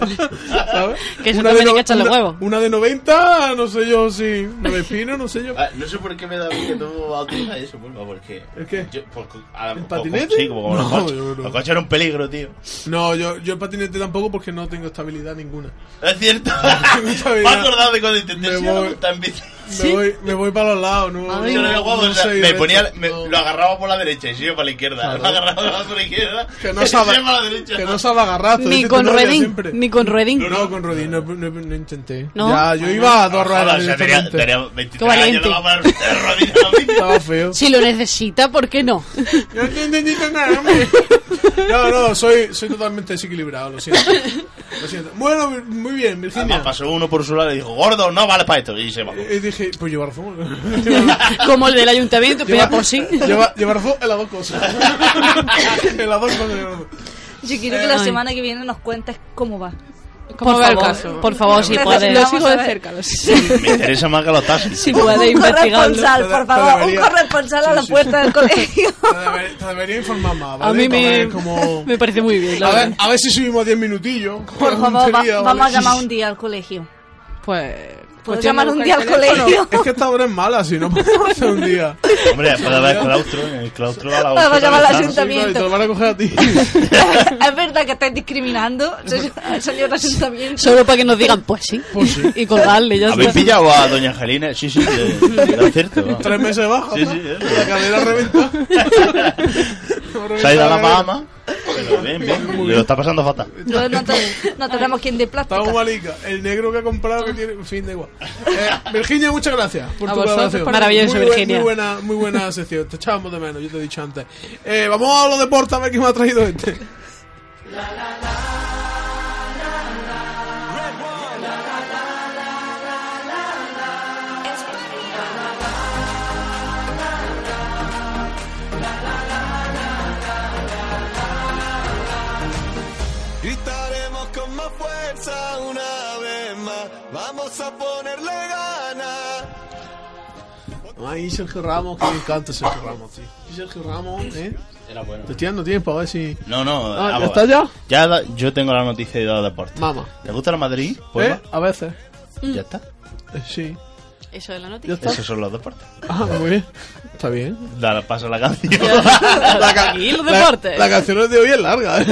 ¿Sabes? Que eso Una también de hay no- que echarle una- huevo. Una de 90, no sé yo si... Nueve espino, no sé yo. Ah, no sé por qué me da a mí que tú bautizas eso, pulpa, porque... ¿El qué? Yo, por- a- ¿El por- patinete? Sí, como, como los No, coches. yo no. Los coches eran un peligro, tío. No, yo, yo el patinete tampoco porque no tengo estabilidad ninguna. Es cierto. sabía. Me acordaba de cuando intenté Me ser una voy. puta en bici. Me, voy, me voy para los lados, no, Yo no- no era guapo, no o sea, soy me derecho, ponía, me- no. lo agarraba por la derecha y se iba para la izquierda. Claro. Lo agarraba por la izquierda. Que y no se iba sabe, para la derecha. que no sabe agarrar. te Ni dice con tu novia ruedín, siempre. ni con ruedín. No, con Rodín no, no- no intenté. ¿No? Ya, yo iba a dos Ojalá, ruedas. Ah, o sea, tenía, directamente. tenía 23 Qué valiente. años, no va a poner rodillas a la bici. Estaba feo. Si lo necesita, ¿por qué no? Yo no te entendiste nada, hombre. No, no, soy, soy totalmente desequilibrado, lo siento. Lo siento. Bueno, muy bien, Además, Virginia. pasó uno por su lado y dijo, gordo, no vale para esto. Y se va. Y dije, pues lleva razón. Como el del ayuntamiento, pero por sí. Lleva, lleva razón en las dos cosas. En las dos cosas lleva razón. Yo quiero que la Ay. semana que viene nos cuentes cómo va. Por va el favor, caso? por favor, si Lo puede. Lo sigo de Vamos a ver. cerca, lo sigo. Me interesa más que los taxis. Si puede un investigarlo. corresponsal, Te de- por te favor. Un debería- corresponsal a Sí, la sí. puerta del colegio. Te, deber- te debería informar más, ¿vale? A mí Para me, ver cómo- me parece muy bien. la A ver, verdad. a ver si subimos 10 minutillos. Por favor, va- Tontería, ¿vale? vamos a llamar un día al colegio. Pues... ¿Puedo cuestión de llamar un buscar día al el teléfono. colegio? Es que esta hora es mala, si no podemos hacer un día. Hombre, después de haber claustro, en el claustro a la Vamos a otra llamar al ventana. ayuntamiento. Sí, claro, y te lo van a coger a ti. ¿Es verdad que estáis discriminando? Señor ayuntamiento. Solo para que nos digan, pues sí. Pues sí. Y colgarle, ya ¿Habéis está. pillado a doña Angelina? Sí, sí, de- de acierto. ¿no? Tres meses bajo. Sí, eh. sí, es La verdad. cadera reventa. Se ha ido a las Bahamas. Pero bien, bien. Lo está pasando fatal. No, no, te- no tenemos quien de plástica. Estamos malica. El negro que ha comprado que tiene. En fin, da igual. Eh, Virginia, muchas gracias por A tu vosotros colaboración. por- Maravilloso, muy buen- Virginia. Muy buena, muy buena sección. Te echábamos de menos, yo te he dicho antes. Eh, vamos a los deportes a ver qué me ha traído este. Gritaremos con más fuerza una vez más. Vamos a ponerle ganas. Ay, Sergio Ramos, que me encanta Sergio Ramos, tío. Sergio Ramos, ¿eh? Era bueno. Te estoy dando tiempo a ver si. No, no. Ah, ¿ya vamos a está ver. ya? Ya la- yo tengo la noticia de deporte. Mama. ¿Te gusta la Madrid? Pues ¿Eh? A veces. ya está. Eh, Sí. Eso de la noticia. ¿Ya está? Esos son los deportes. Ah, muy bien. Está bien. Dale paso a la canción. Aquí los deportes. La, la canción de hoy es larga. ¿eh?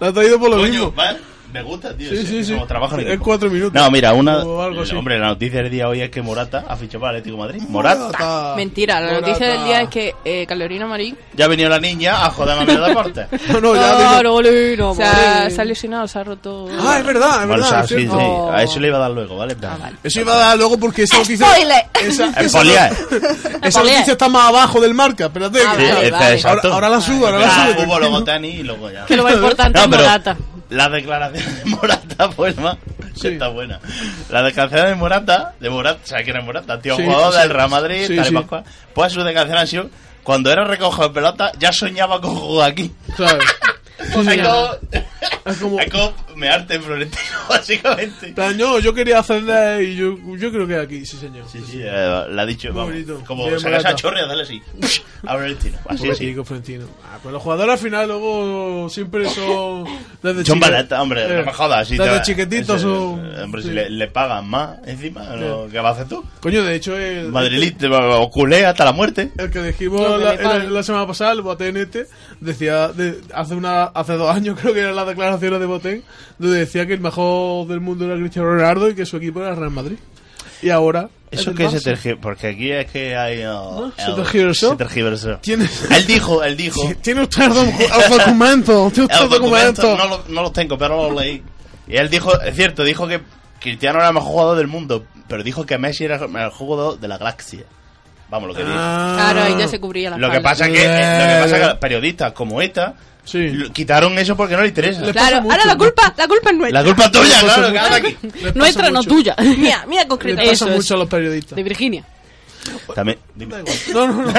la ha traído por lo Coño, mismo. va- Me gusta, tío. Sí, es sí, que sí. como trabajo en Es equipo. cuatro minutos. No, mira, una. O algo así. Hombre, la noticia del día hoy es que Morata ha fichado para el Atlético de Madrid. Morata. Mentira, la Morata. noticia del día es que eh, Carolina Marín Ya ha venido la niña a joderme a medio deporte. No, no, ya vino. Carolina, se ha, Marín. se ha lesionado, se ha roto. Ah, es verdad, es Bueno, o sea, verdad. Ah, es sí, cierto. sí, A eso le iba a dar luego, ¿vale? Eso iba a dar luego porque esa noticia. Spoiler. Esa, El esa- poliar. esa Spoiler. noticia está más abajo del marca. Espérate. Ah, que- vale, Sí, vale. ahora, ahora la subo, ahora la Ah, subo. hubo luego Tani y luego ya. Que lo más importante No, es pero Morata. La declaración de Morata fue el más. Sí. Está buena. La declaración de Morata, de Morata, o sea, que era Morata, tío Sí, jugador sí. del Real Madrid, Sí, tal y sí. pascual. Pues su declaración ha sido: cuando era recogido de pelota, ya soñaba con jugar aquí. ¿Sabes? O sea, Sí, como, Es como- es como mearte en Florentino, básicamente. En plan, no, yo quería hacerla y yo, yo creo que aquí, sí, señor. Sí, sí, eh, la ha dicho, Muy vamos. bonito. Como Bien, sacas Morata. Pues a chorrea, dale así. A Florentino. Así, Pobre así. Kiko Florentino. Ah, pues los jugadores al final luego siempre son. Desde Son chique- baratas, hombre, eh, no me jodas. Si te desde va- chiquititos ese- son. Hombre, sí. si le, le pagan más encima, ¿no? ¿qué vas a hacer tú? Coño, de hecho, el, Madrilista, o culé hasta la muerte. el que dijimos Lo que la, le pague. era la semana pasada, el Boateng este, decía, de- hace una hace dos años creo que eran las declaraciones de Boateng, donde decía que el mejor del mundo era Cristiano Ronaldo y que su equipo era el Real Madrid. Y ahora... Eso el que Barça. se tergiversó, porque aquí es que hay... oh, ¿Se el- tergiversó? se tergiversó. Tienes- Él dijo, él dijo... Tiene usted los docu- los documentos, tiene usted el los documentos. documento, no, lo- no los tengo, pero los leí. Y él dijo, es cierto, dijo que Cristiano era el mejor jugador del mundo, pero dijo que Messi era el mejor jugador de la galaxia. Vamos, lo que dijo. Ah, Claro, ahí ya se cubría la Lo que espalda. pasa es que, eh, lo que pasa es que los periodistas como esta Sí. lo- quitaron eso porque no le interesa. Le- Claro, pasa mucho, ahora la ¿no? culpa, la culpa es nuestra. La culpa es Pues tuya, pasa claro, mucho. quédate aquí. Le pasa nuestra, no mucho. tuya. Mía, mía Le concreta. pasa Eso mucho es. a los periodistas. De Virginia. También, dime. No, no, no. No,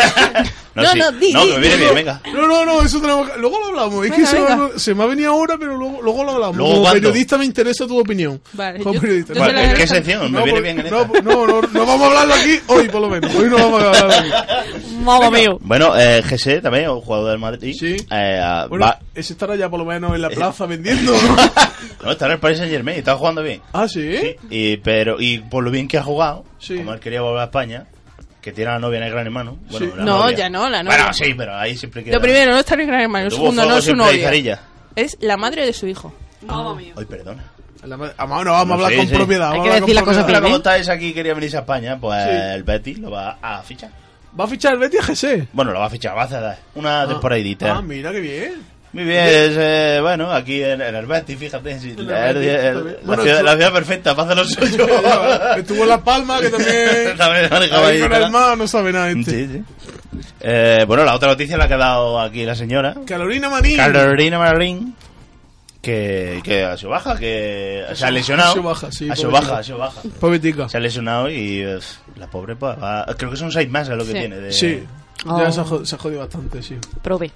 No, sí. no, di, no, di, que me viene bien, venga. No, no, no, eso tenemos que- Luego lo hablamos. Es que se, me- se me ha venido ahora, pero luego, luego lo hablamos. ¿Luego Como cuándo? periodista me interesa tu opinión. Vale, Como yo- periodista. yo Vale. se la- Bueno, ¿en qué sección? Me No, viene por- bien en no, pues. esta. por- no, no, no vamos a hablarlo aquí hoy, por lo menos. Hoy no vamos a hablarlo aquí. Mamma mío. Bueno, eh, GC también, un jugador del Madrid. Sí. Eh, ah, Bueno, va- Eh. ese estará ya por lo menos en la plaza vendiendo. No, está en el Paris Saint Germain, está jugando bien. ah, ¿sí? Y, pero, y por lo bien que ha jugado, Sí. como él quería volver a España, que tiene a la novia en el gran hermano. Bueno, Sí. la No, ya no, la novia. Bueno, sí, pero ahí siempre queda. Lo primero, no está en el gran hermano. Lo Tuvo segundo, fuego no es su siempre hay novia. zarilla. Es la madre de su hijo. Mamma mía. Ay, perdona. A la madre- Vamos, no, vamos a hablar Sí, con sí. propiedad. Hay vamos que a hablar con decir las cosas propiedad. Pero como estáis aquí, quería venirse a España, pues Sí. el Betis lo va a fichar. ¿Va a fichar el Betty a GC? Bueno, lo va a fichar, va a hacer una temporadita. Ah, mira, qué bien. Muy bien, es, eh, bueno, aquí en, en el Betis, fíjate, sí, el la- Betis, el- está el- bien. la, Bueno, ciudad, tú- la ciudad perfecta, para hacer lo suyo. Estuvo en Ah, La Palma, que también... También lo han dejado Ahí ahí, con ¿verdad? el mar no sabe nada este. Sí, sí. Eh, bueno, la otra noticia la que ha dado aquí la señora. Carolina Marín. Carolina Marín. Que, que a su baja, que se ha lesionado. a su baja, sí, A su pobre baja, chica. a su baja. Pobretica. Se ha lesionado y eh, la pobre, pues, va- creo que son seis más lo que tiene. De, Sí. Ya Oh. se ha, jod- se ha jodido bastante, sí. Prove.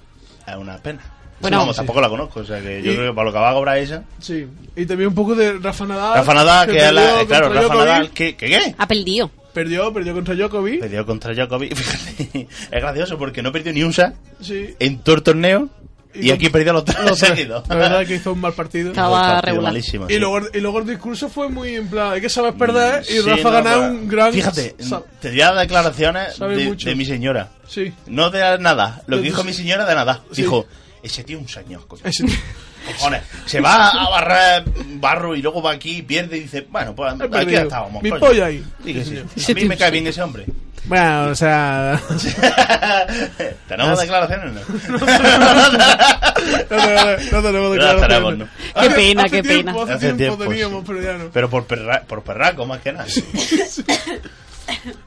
Es una pena. Bueno, Bueno, vamos, sí. tampoco la conozco, o sea que yo Y- creo que para lo que va a cobrar esa. Sí. Y también un poco de Rafa Nadal. Rafa Nadal, que es la. perdió Claro, contra Rafa Djokovic. Nadal, ¿qué? ¿Qué? qué? Ha perdido. Perdió, perdió contra Djokovic. Perdió contra Djokovic, fíjate. Es gracioso porque no perdió ni un set Sí. en todo el torneo Y y aquí perdió los tres Los tres. seguidos. La verdad es que hizo un mal partido. Claro. Estaba Un partido regular. malísimo, Y sí. luego, y luego el discurso fue muy en plan, hay que saber perder y Sí, Rafa no, ganar pero- un gran... Fíjate, sa- te di las declaraciones Sabe de, mucho. de mi señora. Sí. No de nada. Lo De que tu dijo se- mi señora, de nada. Sí. Dijo, ese tío es un señor, coño. Es- Cojones. Se va a barrer barro y luego va aquí, pierde y dice, bueno, pues He aquí perdido. estábamos. Mi coño". polla ahí. Sí, que sí. Ese A mí tío me es cae un bien ese hombre. Bueno, o sea... ¿Tenemos declaraciones o no? No tenemos- no tenemos No las tenemos, declaraciones. ¿no? Qué pena, Hace qué tiempo, pena. Hace, Hace tiempo, tiempo, teníamos, sí. pero ya no. Pero por, perra- por perraco, más que nada.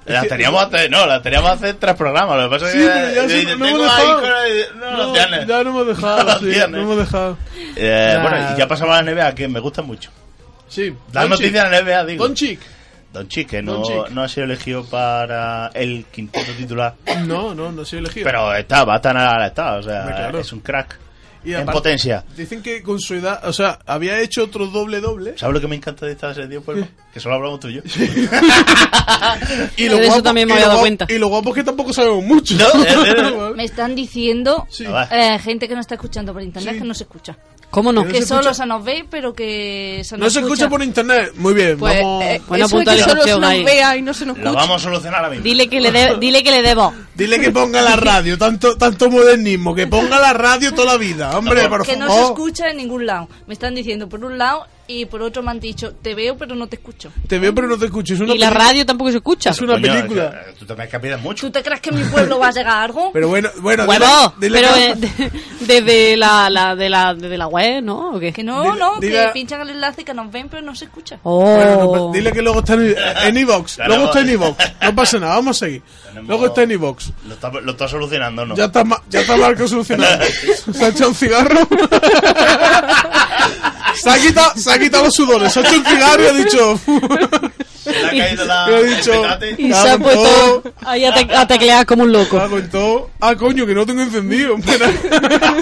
las teníamos hace, no, las teníamos hace tres programas. Lo que pasa es Sí, que pero ya yo se- digo, no tengo hemos ahí dejado. con el- no, lo tienes. ya no hemos dejado, No lo sí, tienes. no hemos dejado. Eh, Ya. Bueno, y ya pasamos a la NBA, que me gusta mucho. Sí. Las Doncic. noticias de la NBA, digo. Doncic. Doncic, que no, Doncic. no ha sido elegido para el quinteto titular. No, no, no ha sido elegido. Pero está, va a estar a la estado, o sea, Hombre, claro. es un crack. Y en aparte- potencia. Dicen que con su edad, o sea, había hecho otro doble doble. ¿Sabes lo que me encanta de esta serie, Pueblo? Que solo hablamos tú y yo. Y De eso también me y había lo dado guapo- cuenta. Y lo guapo es que tampoco sabemos mucho. No, eh, Me están diciendo Sí. Ah, va. eh, gente que no está escuchando por internet que no se escucha. ¿Cómo no? Que Que se solo escucha. se nos ve, pero que se nos No se escucha por internet. Muy bien, Pues vamos. eh, Buena eso es punta que de solo se opción nos ahí. vea y no se nos Lo escucha. vamos a solucionar ahora mismo. Dile que le de- dile que le debo. Dile que ponga la radio, tanto, tanto modernismo, que ponga la radio toda la vida. escucha, hombre, por que favor. no se escucha en ningún lado. Me están diciendo por un lado y por otro me han dicho, te veo pero no te escucho. Te veo, pero no te escucho. Es una Y la película- radio tampoco se escucha. Es una Coño, película. que- Tú te me capitas mucho. ¿Tú te crees que en mi pueblo va a llegar algo? Pero bueno, bueno. Huevo, dile- dile pero que- eh, de- desde la, la, de la, desde la web, ¿no? ¿O qué? que no, dile- no, dile a- que pinchan el enlace que nos ven pero no se escucha. Oh. Bueno, no pa- dile que luego está en, en iVox. Claro. Luego está en iVox. No pasa nada, vamos a seguir. Tenemos- Luego está en iVox. Lo está, lo está solucionando, ¿no? Ya está, ma- ya está Marco solucionado. Se ha echado un cigarro. se, ha quitado, se ha quitado los sudores. Se ha hecho un cigarro y ha dicho. Le ha caído la... y ha dicho. petate. Y "Cago se ha en puesto todo, ahí a, te- a teclear como un loco. cago en todo. Ah, coño, que no tengo encendido.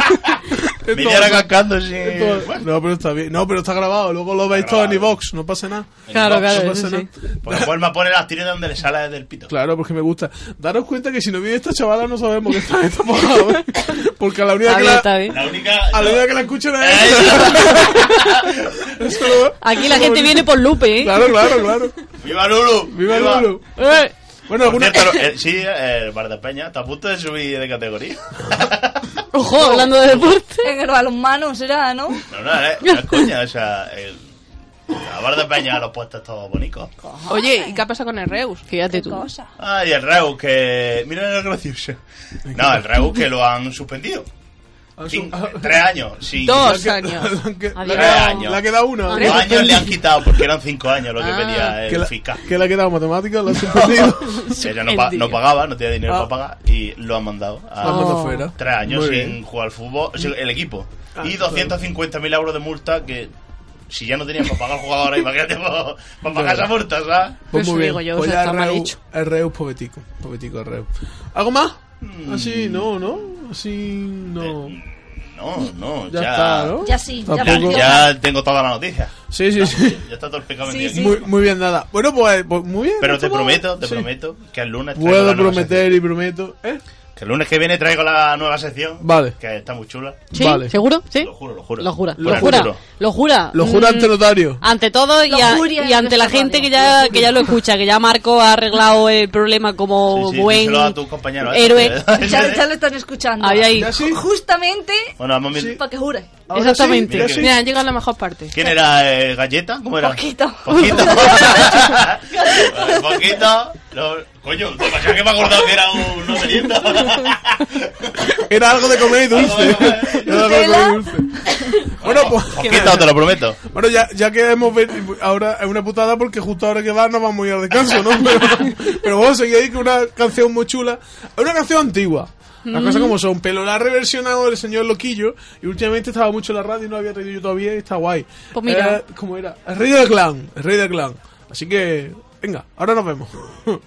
Viniera Entonces- cascando sin... entonces- Bueno, No, pero está bien. No, pero está grabado. Luego lo veis todo en iVox. No pasa nada. Claro, claro, No eso pasa sí. nada. Porque pues vuelve a poner las tiras donde le sale del pito. Claro, porque me gusta. Daros cuenta que si no viene esta chavala no sabemos que está, está mojado. ¿eh? Porque a la única Está que bien, la, está bien. La única... a la yo- única que la escuchan es Eh, ella. yo- Eso lo- Aquí la eso gente lo- viene por Lupe, ¿eh? Claro, claro, claro. ¡Viva Lulu! Viva Lulu. Eh, Bueno, Por alguna... cierto, el- sí, el Bar de Peña está a punto de subir de categoría. Ojo, hablando de deporte. En el balonmano será, ¿no? No, no, eh, no es coña, o sea, el, la Bar de Peña los puestos todos bonitos. Oye, ¿y qué ha pasado con el Reus? Fíjate tú. Ay, el Reus que... Mira lo gracioso. No, el Reus que lo han suspendido. Ah, Cin- tres años. Sin, Dos La años. que- la Adiós. que da- Años. la que da una. Dos años le han quitado porque eran cinco años lo que pedía Que el la, fiscal. que la ha quedado matemática, la ha suspendido. Ella no, pa- no pagaba, no tenía dinero Ah. para pagar y lo han mandado La a ha mandado fuera. tres años Muy sin bien. jugar al fútbol, o sea, el equipo. Ah, y 250.000 euros de multa que si ya no tenían para pagar jugadores, imagínate para, para pagar esa multa, ¿sabes? Pues Eso muy bien. digo yo, pues eso ya está el mal Reus- hecho. El Reus pobetico. Pobetico el Reus. ¿Algo más? Mm. Así, no, ¿no? Así, no. No, no, Eh, ya, Ya, está, ¿no? Ya sí, ya ya- Tampoco- ya tengo toda la noticia. Sí, sí, sí. Ya está todo el pecado vendido aquí. Muy, muy bien, nada. Bueno, pues, pues muy bien. Pero te ¿cómo? prometo, te Sí. prometo que el lunes traigo la Puedo nueva prometer y prometo. ¿Eh? sección. Que el lunes que viene traigo la nueva sección. Vale. Que está muy chula. ¿Sí? Vale. ¿Seguro? ¿Sí? Lo juro, lo juro. Lo jura. Lo Lo jura. juro. Lo jura. Lo juro Mm, ante notario. Ante todo y, Lo a- juria y en ante la nuestra gente que radio. ya, que ya lo escucha, que ya Marco ha arreglado el problema como Sí, sí, buen díselo a tus compañeros, ¿eh? héroe. Ya, ya le están escuchando. Ahí, ahí. ¿Ya sí? Justamente Bueno, vamos bien. para que jure. Ahora sí, Exactamente. ya sí. Mira, llega la mejor parte. ¿Quién era? eh, ¿Galleta? ¿Cómo era? Poquito. Poquito. Vale, Poquito. Lo- coño, te imaginas que me he acordado que era un noveliento. Era algo de comer y dulce. Algo de comer. Era algo de comer y dulce. Bueno, pues. Poquito, te lo prometo. Bueno, ya, ya que hemos venido, ahora es una putada porque justo ahora que va nos vamos a ir al descanso, ¿no? Pero, pero vamos a seguir ahí con una canción muy chula. Es una canción antigua. Las cosas como son. Pero la ha reversionado el señor Loquillo y últimamente estaba mucho en la radio y no la había traído yo todavía y está guay. Pues mira. Eh, ¿Cómo era? El rey del clan. El rey del clan. Así que, venga, ahora nos vemos.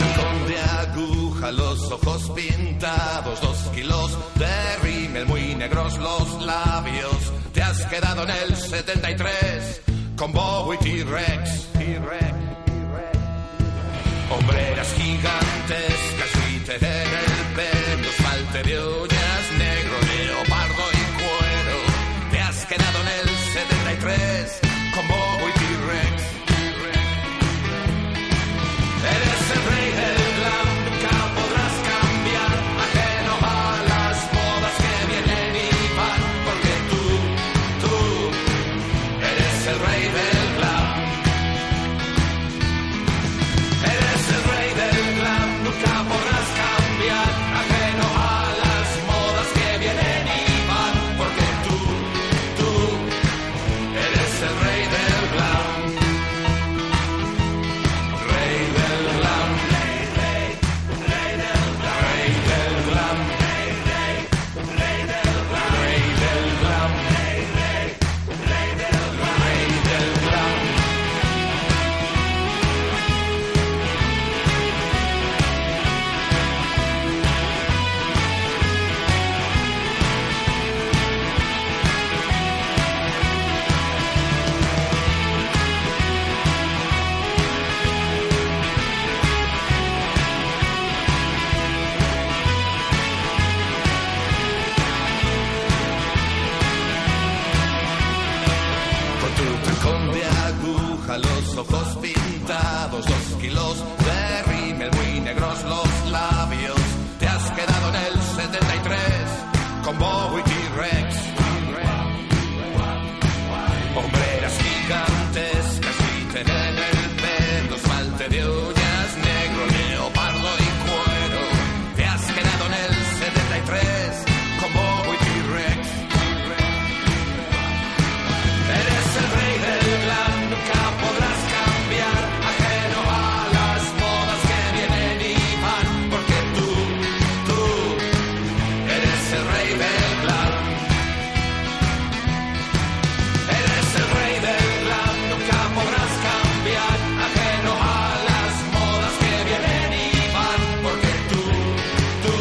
Tacón de aguja, los ojos pintados, dos kilos de rímel muy negros los labios. Te has quedado en el 73 con Bowie T-Rex. T-Rex. Hombreras gigantescas, Twitter en el pelo, esmalte de uñas, negro, leopardo y cuero. Te has quedado en el 73 con Bowie T-Rex. Eres el rey del clan, nunca podrás cambiar, ajeno a las modas que vienen y van, porque tú, tú, eres el rey del clan. kilos de rímel, muy negros los labios. Te has quedado en el 73 con Bowie T-Rex. Hombreras gigantes, casi te ven el pelo, esmalte de uñas negro, leopardo y cuero. Te has quedado en el 73 con Bowie T-Rex. Eres el rey del glam, nunca podrás cambiar, ajeno a las modas que vienen y van, porque tú, tú, eres el rey del glam. Eres el rey del glam, nunca podrás cambiar, ajeno a las modas que vienen y van, porque tú, tú,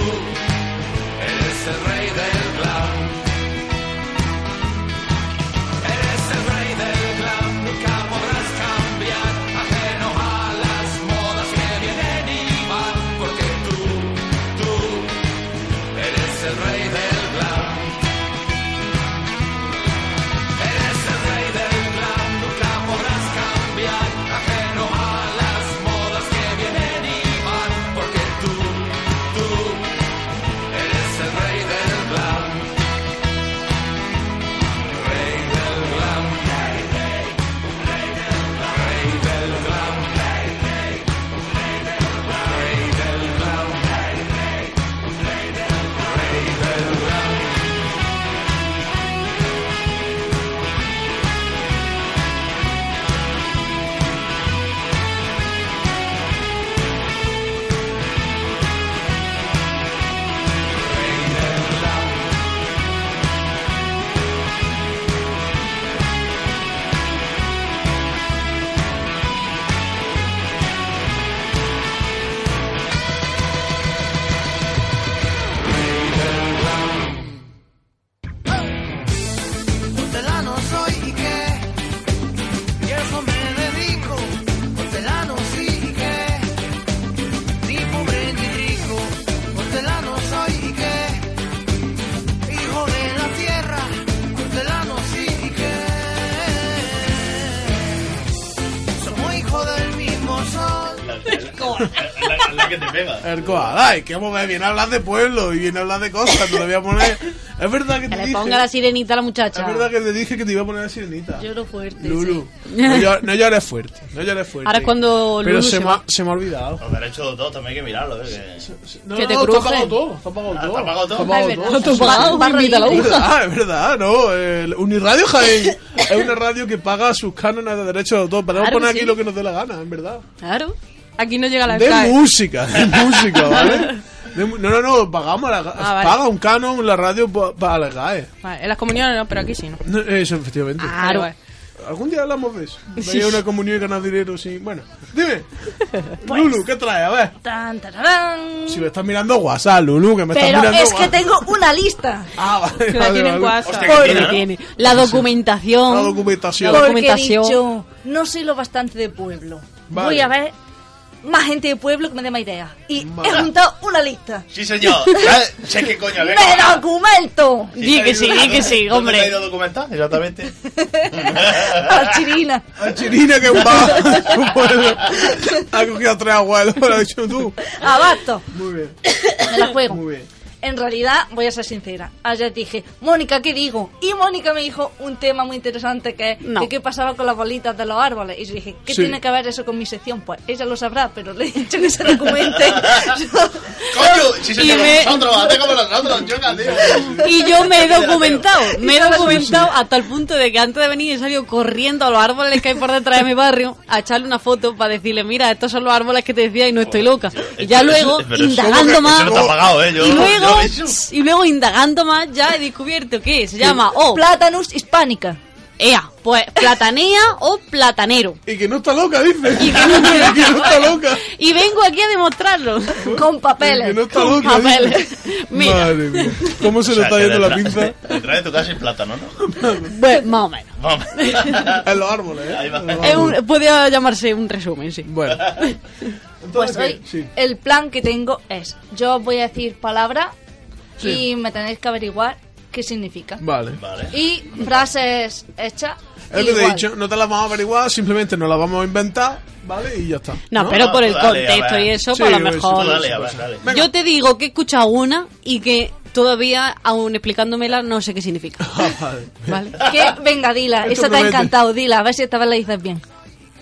eres el rey del glam. Eres el rey del glam, nunca podrás cambiar, ajeno a las modas que vienen y van, porque tú, tú, eres el rey del glam. Eres el rey del glam, nunca podrás cambiar, ajeno a las modas que vienen y van, porque tú, tú, eres el rey del glam. Rey del glam, rey, rey, rey del glam, rey del glam, rey, rey, rey del glam, rey del glam, rey, rey, rey del glam, rey del glam. Hortelano soy y qué, y a eso me dedico. Hortelano sí y qué, ni pobre ni rico. Hortelano soy y qué, hijo de la tierra. Hortelano sí y qué, somos hijos del mismo sol. La, la que te pega. El koala, ay, que vamos a ver, viene a hablar de pueblo y viene a hablar de cosas, te lo voy a poner. Es verdad que Que te le dije. ponga la sirenita a la Es muchacha. verdad que te dije que te iba a poner la sirenita. Lloro fuerte. Lulu, sí. no, llor- no llores fuerte, no llores fuerte. Ahora es cuando Pero Lulu se, se me va. ha, se me ha olvidado. Los derechos de autor también hay que mirarlo, eh. que- No, Que te no, está crujen. apagado todo, está apagado Ah, todo. está apagado todo. apagado Ah, es todo. verdad. Tu Barro padre, invita a la Es aguja. verdad, es verdad, no. El Uniradio Jaén es una radio que paga sus cánones de derechos de autor. Podemos Claro que poner aquí sí. lo que nos dé la gana, en verdad. Claro. Aquí no llega la De SGAE. música, de música, ¿vale? De mu- no, no, no, pagamos la, Ah, vale. paga un canon la radio pa- para la GAE. Vale, en las comuniones no, pero aquí sí, ¿no? No, Eso, efectivamente. Claro. Algún día hablamos de eso. Veía una comunión y ganar dinero sin. Bueno, dime, Lulu, ¿qué trae? A ver. Tan, tararán. Si me estás mirando WhatsApp, Lulu, que me estás Pero mirando es que WhatsApp. tengo una lista. Ah, vale. Que la vale, tienen vale. WhatsApp. Hostia, que Lo tiene, ¿no? tiene. La documentación. La documentación. La Porque he documentación. dicho, no soy lo bastante de pueblo. Vale. Voy a ver más gente de pueblo que me dé más ideas. Y Vale. he juntado una lista. Sí, señor. ¿Sabes? Sé qué coño, venga. ¡Me documento! Di que sí, di que sí, ¿Dónde te ha hombre. ido a documentar? Exactamente. A Chirina. A Chirina que va a su pueblo. Ha cogido a tres abuelos, lo has dicho tú. Abasto. Muy bien, Me la juego. muy bien. En realidad, voy a ser sincera. Ayer dije, Mónica, ¿qué digo? Y Mónica me dijo un tema muy interesante que es No. que qué pasaba con las bolitas de los árboles. Y yo dije, ¿qué Sí. tiene que ver eso con mi sección? Pues ella lo sabrá, pero le he dicho que se documente. ¡Coño! Si se Y te me- nosotros, hazte como nosotros, choca, tío. Y yo me he documentado, me he documentado hasta el punto de que antes de venir he salido corriendo a los árboles que hay por detrás de mi barrio a echarle una foto para decirle, mira, estos son los árboles que te decía y no estoy loca. Y ya luego, Pero eso- indagando Eso no más, te ha pagado, eh. Yo, y luego, yo eso. y luego indagando más, ya he descubierto que se llama o Platanus hispánica. ea, pues platanea o platanero. Y que no está loca, dice. Y que no Y que no está loca. Y vengo aquí a demostrarlo. Con Que papeles. no está Con loca. dice. papeles. Mira. Madre mía. ¿Cómo se O le sea, está que yendo la detrás- pinza? Detrás de tu casa hay plátano, ¿no? Pues, más o menos. Vamos. En los árboles, Ahí ¿eh? va. En los Es un- árboles. podría llamarse un resumen, sí. Bueno. Pues Entonces, hoy ¿qué? Sí. el plan que tengo es, yo os voy a decir palabra Sí. y me tenéis que averiguar qué significa. Vale. Vale. Y frases hechas. Es lo que te he igual. dicho, no te las vamos a averiguar, simplemente nos las vamos a inventar, ¿vale? Y ya está. No, pero por el Dale, a ver. contexto y eso, Sí, pues, para lo eso, mejor. eso, Dale, a eso, ver, eso. dale. Venga. Yo te digo que he escuchado una y que todavía, aún explicándomela, no sé qué significa. Ah, Vale. ¿Vale? Que, venga, dila, Esto eso te ha promete. encantado, dila, a ver si esta vez la dices bien.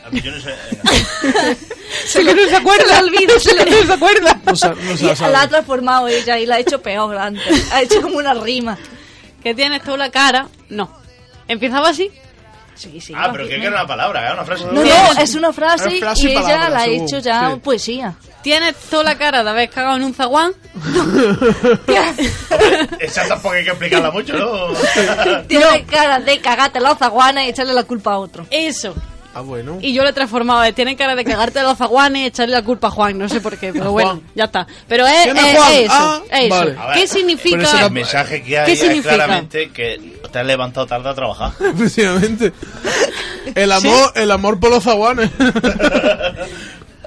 A mí yo no sé. Se le no se acuerda. Se no se acuerda. No se, no se Y la sabe. la ha transformado ella y la ha hecho peor grande. Ha hecho como una rima. ¿Qué tienes tú la cara? No. ¿Empezaba así? Sí, sí. Ah, pero que era una palabra, era una frase. No, no, es una frase, Es frase y y ella palabra, la ha según, hecho ya sí. poesía. ¿Tienes toda la cara de haber cagado en un zaguán? Esa tampoco hay que explicarla mucho, ¿no? Tiene cara de cagarte los zaguanes y echarle la culpa a otro. Eso. Ah, bueno. Y yo lo he transformado. de, Tienen cara de cagarte los zaguanes y echarle la culpa a Juan. No sé por qué, pero bueno, Juan. ya está. Pero es, ¿Quién es es- Juan? es eh, eso. Ah, es eso. vale. A ver, ¿Qué pero significa? ese El mensaje que hay ¿Qué es significa? claramente que te has levantado tarde a trabajar. Efectivamente. El amor, el amor por los zaguanes.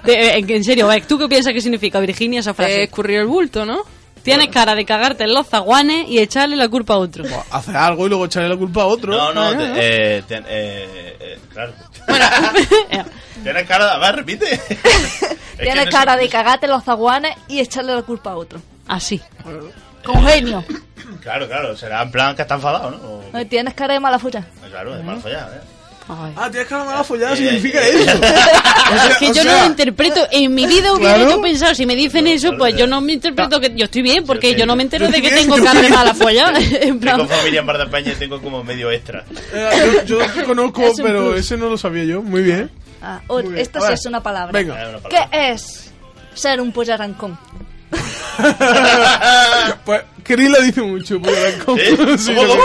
Pues De- en, en serio, eh, ¿tú qué piensas que significa, Virginia, esa frase? Eh, escurrir el bulto, ¿no? Tienes cara de cagarte en los zaguanes y echarle la culpa a otro. Hacer algo y luego echarle la culpa a otro. Ah, No, no, te- eh, te- eh, eh, claro. Tienes cara, a ver, repite. Es que no Tiene sé- cara de cagarte los zaguanes y echarle la culpa a otro. Así. Con genio. Claro, claro, será en plan que está enfadado, ¿no? O- No, Tienes cara de mala folla. Claro, de mal follado, ¿eh? Ay. Ah, tienes que la mala follada, significa eso. O sea, Es que o yo no sea, lo interpreto. En mi vida hubiera Claro. yo pensado, si me dicen eso, pues yo no me interpreto que yo estoy bien, porque yo no me entero de que Yo estoy tengo bien, yo carne estoy mala folla. En plan, Tengo familia en Bar de Peña y tengo como medio extra. eh, yo, yo te conozco, Es un pero plus. ese no lo sabía yo. Muy bien. Ah, o- Muy bien. esta A sí ver, es una palabra. Venga. Es una ¿Qué palabra. es ser un pollarancón? Pues Kirill la dice mucho, Pollarancón. ¿Eh? ¿Cómo, cómo?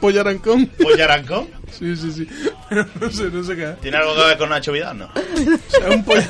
Pollarancón. ¿Pollarancón? Sí, sí, sí. Pero no sé, no sé qué. Pues ¿Tiene algo que ver con Nacho Vidal? No. O sea, un polla...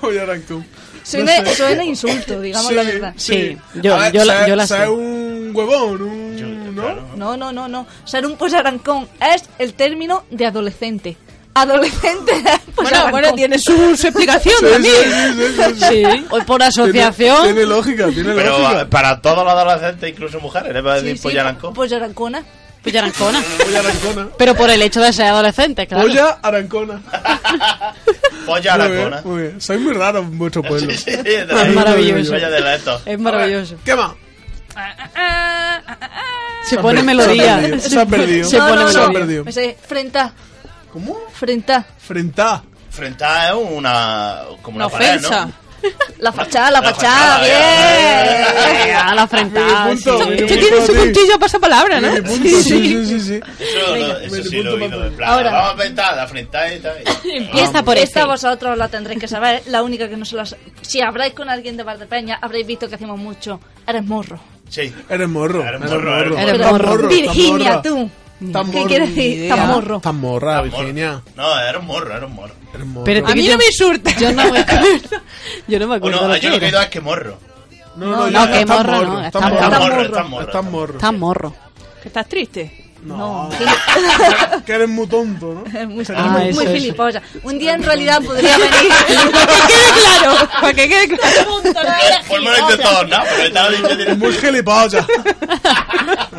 Pollarancón. Suena, suena insulto, digamos la verdad. Sí, yo- yo la- sé- yo la sé sé. Ah, un huevón, un... Yo- ¿no? claro, ¿no? No, no, no, no. Ser un pollarancón es el término de adolescente. Adolescente es bueno, pollarancón. bueno, tiene su, su explicación Sí, sí, también. sí, sí, sí, sí. Sí, o por Tiene- asociación. Tiene, lógica, tiene Pero lógica. ah, para todos los adolescentes, incluso mujeres, le va a Sí, Pues decir "Pues sí, pollarancón. Pollarancona. Polla arancona. Pollarancona. Pero por el hecho de ser adolescente, claro. Polla arancona. Pues Muy bien, Pollaracona. muy bien. Sois muy raros en vuestro pueblo. Sí, de la- Es maravilloso. Polla de la esto. Es maravilloso. ¿Qué más? Se perdido, se ha pone melodía. perdido, se ha perdido. Se No, pone no, no. melodía. perdido. Me sé, frenta, ¿Cómo? frenta. Frentá. Frentada es una. como Ah, una, Una pared, ofensa. ¿no? La fachada, la, La fachada, fachada, bien. Eh, A la frentada. Medio punto, sí. medio Esto punto tiene su a ti. cuchillo pasapalabra, ¿no? Medio punto, Sí, sí, sí, sí. Eso, lo- eso sí lo he oído. En plan, Ahora. vamos a inventar la frentada y tal. Empieza por este. Esta esta vosotros la tendréis que saber, la única que no se la... sa- Si habláis con alguien de Bar de Peña, habréis visto que hacemos mucho. Eres morro. Sí. Eres morro. Eres morro, eres Tan morro. Virginia, morra. tú. Tan ¿Qué morro. quieres decir? Tan morro. Tan morra, Morro. Virginia. No, era un morro, era un morro. Eres morro. Pero este A mí no me insulta. Yo no me acuerdo. Yo no me O acuerdo. no, de ah, yo lo que he qué oído era. es que morro. No, no, no, ya, que está morro no, está está morro. Está Está morro, morro. está morro. Está morro. Tan morro. ¿Que estás triste? No. que eres muy tonto, ¿no? Es muy, Ah, muy, eso, muy eso. gilipollas. Un día en realidad podría venir. Para que quede claro. Para que quede claro. Pues me lo he intentado, no, pero estaba dicho Es directamente. muy gilipollas.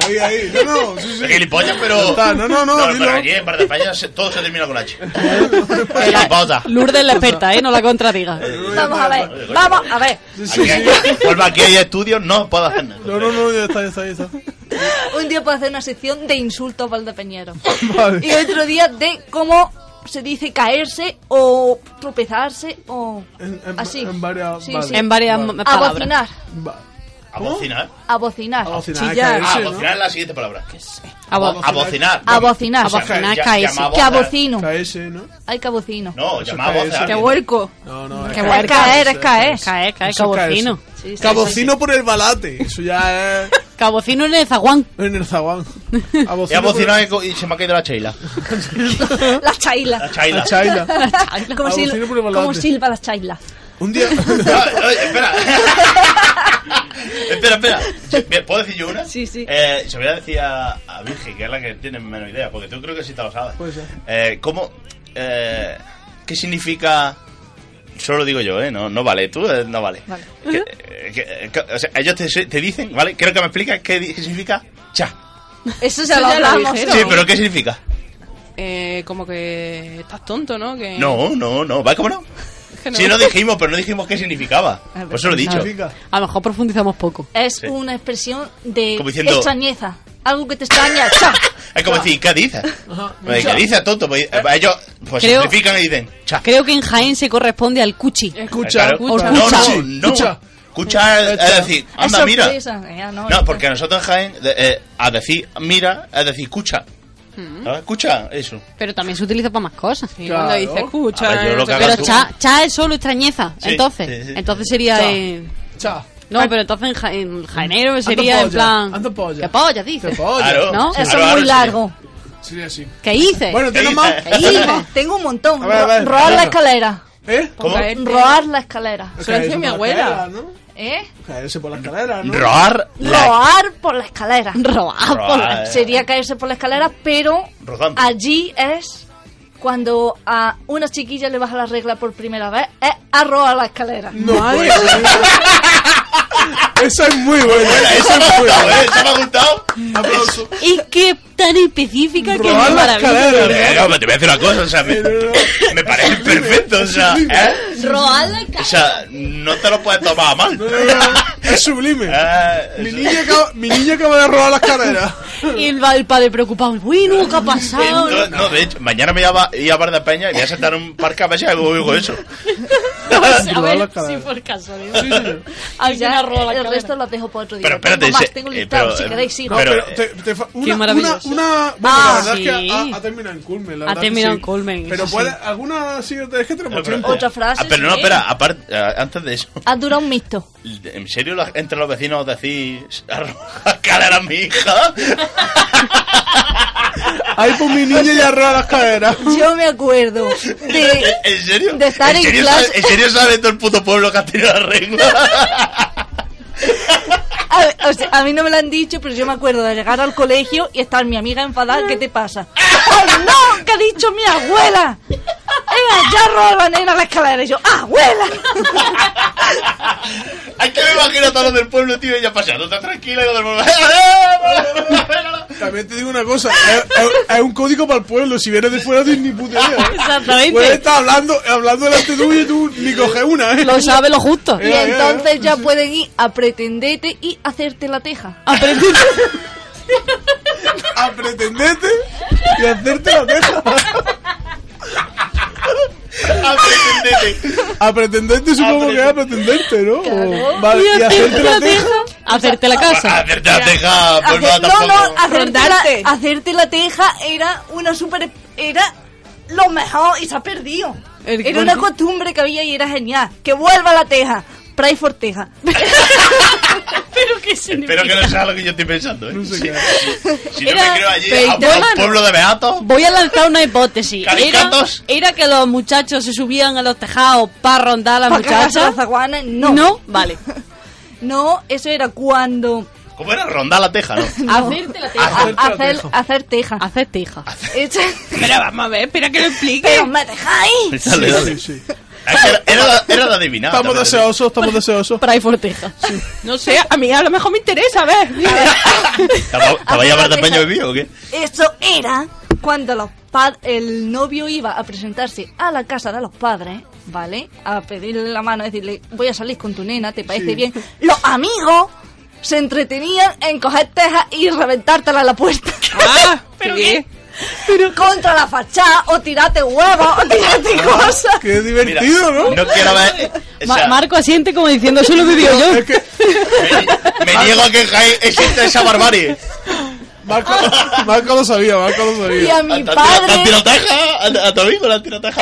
ahí, ahí. No, no, sí, sí. De gilipollas, Ya pero. está, no, no, no, pero dilo. pues, aquí en Bar de España se- todo se termina con H. Gilipollas. Lourdes la experta, ¿eh? No la contradiga. Vamos a ver, vamos a ver. Sí, sí, Aquí hay, pues, sí. vuelvo aquí hay estudios, no puedo hacer nada. No, no, no, ya está, ya está, ya está. Un día puedo hacer una sección de insultos valdepeñeros. Vale. Y otro día de cómo se dice caerse o tropezarse o En- en- así. en varias- Ah, Sí, vale. sí. En varias Vale. m- palabras. Abocinar. Va. A bocinar. A bocinar. Abocinar, Chillar. Ah, caerse, a ¿no? bocinar es la siguiente palabra. Abo- A bocinar. A bocinar. Abocinar, ya- caerse. llamaba- Que abocino. Caerse, ¿no? Hay que abocino. No, Eso llamaba a cae, vocear. eso ¡Que huerco! No, no, es Qué Es caer, es caer. Cae, Eso cae, es cabocino. caerse. Cabocino por el balate. Eso ya es Cabocino en el zaguán. en el zaguán. He abocinado y co- y se me ha caído la chaila. La La chaila. chaila. A Chaila. Como, sil- Abocino por el volante. como silba la chaila. Un día. Ay, ay, eh, espera. espera, espera. ¿Me- ¿Puedo decir yo una? Sí, sí. Eh, se voy a decir a, a Virgi, que es la que tiene menos idea, porque tú creo que sí te lo sabes. Puede ser. Eh, ¿Cómo? eh, ¿Qué significa Solo digo yo, ¿eh? No, no vale, tú eh, no vale. Que- eh, que- eh, que- o sea, ellos te, te dicen, ¿vale? Quiero que me explicas qué di- qué significa cha. Eso ya lo ya lo hablamos. dijeron. Sí, pero ¿qué significa? Eh, como que estás tonto, ¿no? Eh. Que... No, no, no, ¿vale? ¿Cómo no? que Sí, no dijimos, pero no dijimos qué significaba. Por eso lo he dicho. Significa. A lo mejor profundizamos poco. Es Sí. una expresión de Como diciendo- extrañeza. Algo que te extraña. ¡Cha! Es como decir, ¿qué dices? Pues, ¿Qué dices, tonto? Pues, eh, ellos pues, Creo- simplifican y dicen cha. Creo que en Jaén se corresponde al cuchi. Escucha, Eh, escucha. No, Escucha. no, no. Escucha. Escucha es, es decir, Es anda, mira. sorpresa. Ya, no, No, porque nosotros en Jaén, de- eh, a decir mira, es decir, escucha. ¿No? Escucha, eso. Pero también se utiliza para más cosas. Y cuando dice Claro. escucha, eh, pues, A ver, yo lo que no sé haga Pero tú. cha, cha es solo extrañeza. Sí, entonces, sí, sí. entonces sería. Cha. eh, Cha. no, pero entonces en, ja, en jaenero pues sería polla, en plan. anda polla. ¿Qué polla dices? Qué polla. Claro. claro, ¿No? Eso es claro, muy sí. largo. Sería así. ¿Qué hice? Bueno, ¿Qué ¿tienes más? dices? Ahí, tengo un montón. A ver, a ver, Ro- Robar la venga. escalera. ¿Eh? ¿Cómo? qué es. Robar la escalera. Se lo Caerse decía mi por la abuela. escalera, ¿no? ¿Eh? Caerse por la escalera, ¿no? Roar. la- Robar por la escalera. Robar. Roar. por la- Sería caerse por la escalera, pero Rodando. allí es cuando a una chiquilla le baja la regla por primera vez, es a robar la escalera. No puedo. Esa es muy buena. Esa es muy Ah, buena. ¿eh? ¿Te me ha gustado? Aplauso. Y qué tan específica que Robar la es maravilla. escalera. Venga, hombre, te voy a decir una cosa, o sea, me, me parece perfecto, o sea, ¿eh? Robar la escalera. O sea, no te lo puedes tomar a mal. No, no, no, Es sublime. Eh, Mi eso- niña, acaba, mi niña acaba de robar las carreras. Y el, va- el padre preocupado. Bueno, ¿qué ha pasado? Entonces, no, de hecho, mañana me voy a, Ba- ir a Bar de Peña y me voy a saltar un parque a ver si algo con eso. a Robar la ver, escalera. si por casualidad. Alguien ha robado la el escalera. resto los dejo para otro día. Pero espérate, tengo más, se- tengo eh, listado, pero, si eh, queréis sigo. No, Pero, pero eh, te, te fa- una, qué maravilloso. Una, una, bueno, Ah, la verdad es sí. que ha, ha terminado en culmen. La Ha verdad que terminado sí. en culmen, Pero eso puede, sí. alguna sí, es que tenemos Pero- tiempo. Otra frase, Ah, pero no, sí. espera, aparte, ah, antes de eso. Ha durado un mixto. ¿En serio la- entre los vecinos decís escalera a mi hija? Ay, pues mi niña ya roba las carreras. Yo me acuerdo de... ¿En serio? De estar en serio clase- sabe- ¿En serio sabe todo el puto pueblo que ha tenido la regla? A, o sea, a mí no me lo han dicho, pero yo me acuerdo de llegar al colegio y estar mi amiga enfadada. ¿Qué te pasa? ¡Oh, no! ¡Que ha dicho mi abuela! ¡Era ya roban era la escalera! Y yo, ¡abuela! Hay que me imagino a todos los del pueblo, tío, ella paseando, está tranquila y los del pueblo. ¡Eh, También te digo una cosa, es, es- es un código para el pueblo, si vienes de fuera tienes ni puta idea. ¿eh? Exactamente. Puedes estar hablando, hablando delante tuyo y tú ni coges una, ¿eh? Lo sabe lo justo. Y entonces ya pueden ir a pretendete y hacerte la teja. Aprendí. A pretenderte y hacerte la teja. A pretendete! A pretenderte supongo que es a pretenderte, ¿no? Vale, y hacerte la teja. Hacerte la casa. Hacerte la teja, pues Hacer- no, no, tampoco. no, hacerte Rondarte. la, hacerte la teja era una super... Era lo mejor y se ha perdido. El- Era una costumbre que había y era genial. ¡Que vuelva la teja! Pray for teja. Pero qué significa. Espero que no sea lo que yo estoy pensando, ¿eh? No sé Si- qué. Si no Era- me creo allí, Pero, a un- a un Iván, pueblo de beatos. Voy a lanzar una hipótesis. Era, Caricatos. era que los muchachos se subían a los tejados para rondar a las ¿Para cagarse muchachas. las zaguanas? No. No. vale. No, eso era cuando... ¿Cómo era? Rondar la teja, ¿no? Hacerte la teja. a- Hacer hacer, teja. hacer teja. Hacer teja. Ese- Espera, vamos a ver, espera que lo explique. Pero me dejáis. Dale, dale. Ah, Sí, sí. Es que Era, era, era de adivinar. Estamos también. deseosos, estamos deseosos. Para ir por teja. No sé, a mí a lo mejor me interesa, a ver. ¿Te va- te vais a llamar de peño vivo o qué? Eso era cuando los pad el novio iba a presentarse a la casa de los padres, ¿vale? A pedirle la mano, a decirle, voy a salir con tu nena, ¿te parece Sí. bien? Los amigos se entretenían en coger tejas y reventártela a la puerta. Ah, ¿pero qué? Pero contra la fachada, o tirate huevos, o tirate cosas. Qué Mira, divertido, ¿no? No quiero ver. o Ma- sea, Marco asiente como diciendo, eso lo he vivido yo. Es que eh, me, me niego a que en Jaén existe esa barbarie. Marco, Marco lo sabía, Marco lo Y sabía. a mi A- a- a- a padre, tiroteja, a- a tu amigo la tiroteja.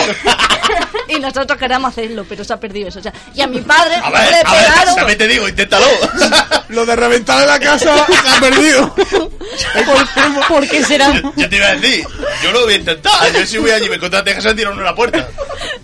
y nosotros queremos hacerlo, pero se ha perdido eso. O sea, y a mi padre A ver, le a ver, pegaron también te digo, inténtalo. Lo de reventar en la casa se ha perdido. ¿Por, por qué será? Yo te iba a decir, yo lo voy a intentar. Yo si voy allí y me encuentro a Texas, se tiro uno en la puerta.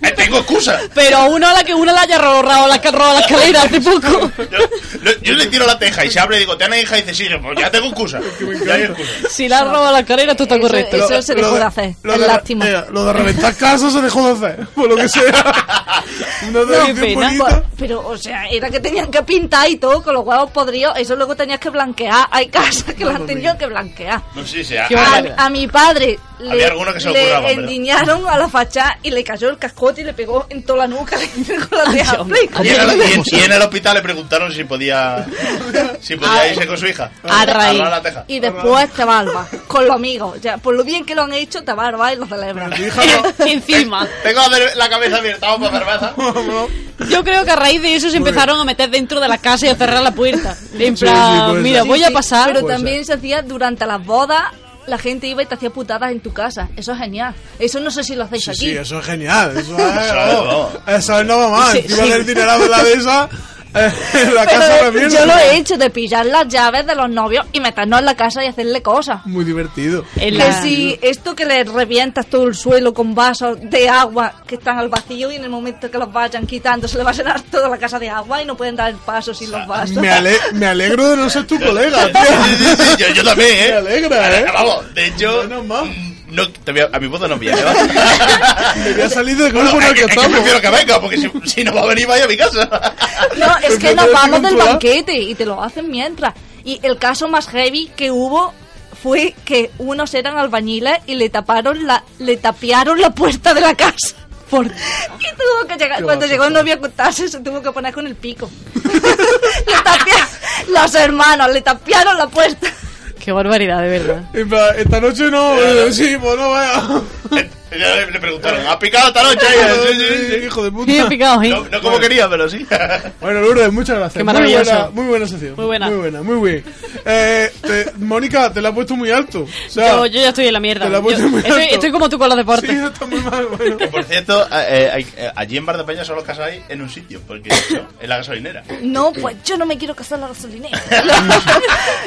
Eh, tengo excusa. Pero una la que una la haya robado la, robado la escalera hace poco. Yo, lo- yo le tiro la teja y se abre y digo, te han hija y dice, sí, yo, pues ya tengo excusa. Ya hay excusa. Si la has robado la escalera, tú estás Eso- correcto. eso se dejó de hacer. Es de- lástima. mira, lo de reventar casas se dejó de hacer, por lo que sea. Una de las qué bien pena. bonitas. Pero, o sea, era que tenían que pintar y todo, con los huevos podridos. Eso luego tenías que blanquear. Hay casas que las han tenido que blanquear. No sé, sea. Qué A, barbaridad. a mi padre Había le, alguno que se lo le curraba, ¿verdad? endiñaron a la fachada y le cayó el cascote y le pegó en toda la nuca con la teja. Y en, el, y en- y en el hospital le preguntaron si podía, si podía irse con su hija. Ah. a raíz. robar la teja. Y después te barba con los amigos. Ya, por lo bien que lo han hecho, te barba y lo celebran. Tu hija no- Encima. Tengo la cer- la cabeza abierta, vamos para cerveza. Yo creo que a raíz de eso se empezaron a meter dentro de la casa y a cerrar la puerta. En Sí, sí, plan, puede mira, ser. voy a pasar. Pero Puede también se hacía durante las bodas, la gente iba y te hacía putadas en tu casa. Eso es genial. Eso no sé si lo hacéis Sí, aquí. sí, eso es genial. Eso es, Claro. eso es nada más. Sí, Encima sí. del dinero de la de esa, eh, la Pero casa también. yo lo he hecho de pillar las llaves de los novios y meternos en la casa y hacerle cosas. Muy divertido. en Que la- si esto que le revientas todo el suelo con vasos de agua que están al vacío y en el momento que los vayan quitando se le va a llenar toda la casa de agua y no pueden dar el paso sin los vasos. Me, ale- me alegro de no ser tu colega, Sí, sí, sí, tío. yo, yo también, ¿eh? Me alegra, ¿eh? Vamos, de hecho... mm, Menos mal. No, te voy a, a mi puta no viene, ¿va? Me voy a salir del Bueno, grupo en es el que que- es que estamos. prefiero que venga, porque si, si no va a venir, vaya a mi casa. No, es que Me nos parece vamos del puntual. banquete y te lo hacen mientras. Y el caso más heavy que hubo fue que unos eran albañiles y le taparon la, le tapiaron la puerta de la casa. Por... Y tuvo que llegar, Qué cuando asco. llegó el novio a contarse, se tuvo que poner con el pico. le tapiaron, los hermanos le tapiaron la puerta. Qué barbaridad, de verdad. En plan, Esta noche no, eh, sí, pues no vaya. Ya le, le preguntaron, ¿has picado esta noche? Sí, sí, sí. Hijo de puta. Qué picado, ¿eh? No, no como quería, pero sí. Bueno, Lourdes, muchas gracias. Qué maravilloso. Muy buena, muy buena sección. Muy buena. Muy buena, muy bien. Eh, te- Mónica, te la has puesto muy alto. O sea, yo, yo ya estoy en la mierda. Te la Yo- puse muy estoy, alto. estoy como tú con los sí, deportes. está muy mal. Bueno. Que, Por cierto, eh, eh, hay- eh, allí en Bar de Peña solo os casáis en un sitio, porque ¿no? en la gasolinera. No, pues yo no me quiero casar en la gasolinera.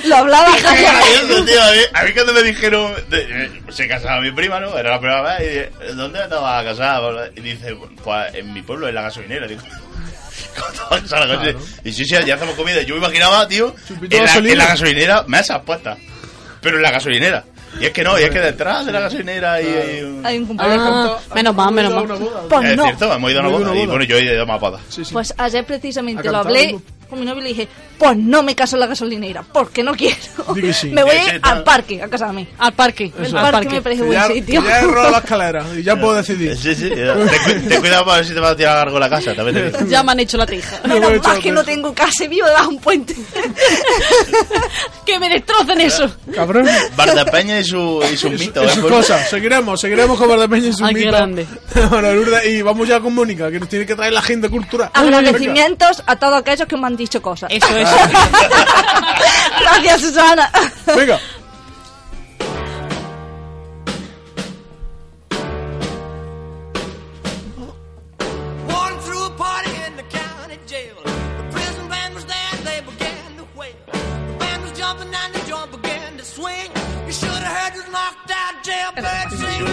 lo, lo hablaba Qué gracioso, Javier. tío. A mí, a mí cuando me dijeron, de- eh, se casaba mi prima, ¿no? Era la primera vez. Y dije, ¿dónde te vas a casar? Y dice, pues en mi pueblo, en la gasolinera. Digo, ¿cómo te vas a casar en la gasolinera? Y sí, sí, allá hacemos comida. Yo me imaginaba, tío, Chupito en la, gasolina. en la gasolinera, mesas puestas. Pero en la gasolinera. Y es que no, y es que detrás de la gasolinera y... Hay un Ah, cumpleaños. menos mal, menos Una mal. boda. Pues es no. cierto, hemos ido a No una he ido a una boda. Y boda. bueno, yo he ido a más bodas. Sí, sí. Pues ayer precisamente ¿Ha lo cantado hablé algo? con mi novio y le dije, pues no me caso en la gasolinera, porque no quiero. Di que sí. Me voy Que sí, al tal. parque a casarme. Al parque. El Al parque, parque. me parece Que ya, buen sitio. que ya he robado la escalera y ya puedo Sí, decidir. sí, sí. Te, cu- te cuidado para ver si te vas a tirar algo la casa, también te digo. Ya me han hecho la teja. Me voy Menos mal echando que no eso. tengo casa y vivo debajo de un puente. que me destrocen eso. Cabrón. Bardapeña y su, y su mito. ¿eh? Pues, Es su cosa. Seguiremos, seguiremos con Valdepeña y su Ay, qué mito. grande. Bueno, Lourdes, y vamos ya con Mónica, que nos tiene que traer la agenda cultural. Ah, Agradecimientos a todos aquellos que me han dicho cosas. Eso es. Gracias, Susana. Venga. Warden threw a party in the county jail. The prison band was there and they began to wail. The band was jumping and the joint began to swing. You should have heard this knocked out jailbird sing. ¿eh?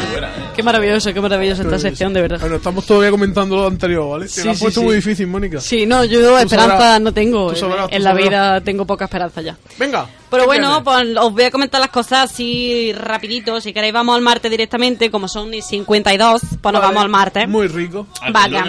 Qué maravilloso, qué maravillosa esta sección, de verdad. Bueno, estamos todavía comentando lo anterior, ¿vale? Te Sí, lo has sí, puesto sí. muy difícil, Mónica. Sí, no, yo esperanza sabrás, no tengo. tú sabrás, tú en la sabrás. vida tengo poca esperanza ya. Venga. Pero ¿qué bueno, tienes? pues os voy a comentar las cosas así rapidito. Si queréis vamos al martes directamente, como son y 52, pues nos Vale. vamos al martes. Muy rico. Ah, Vaca.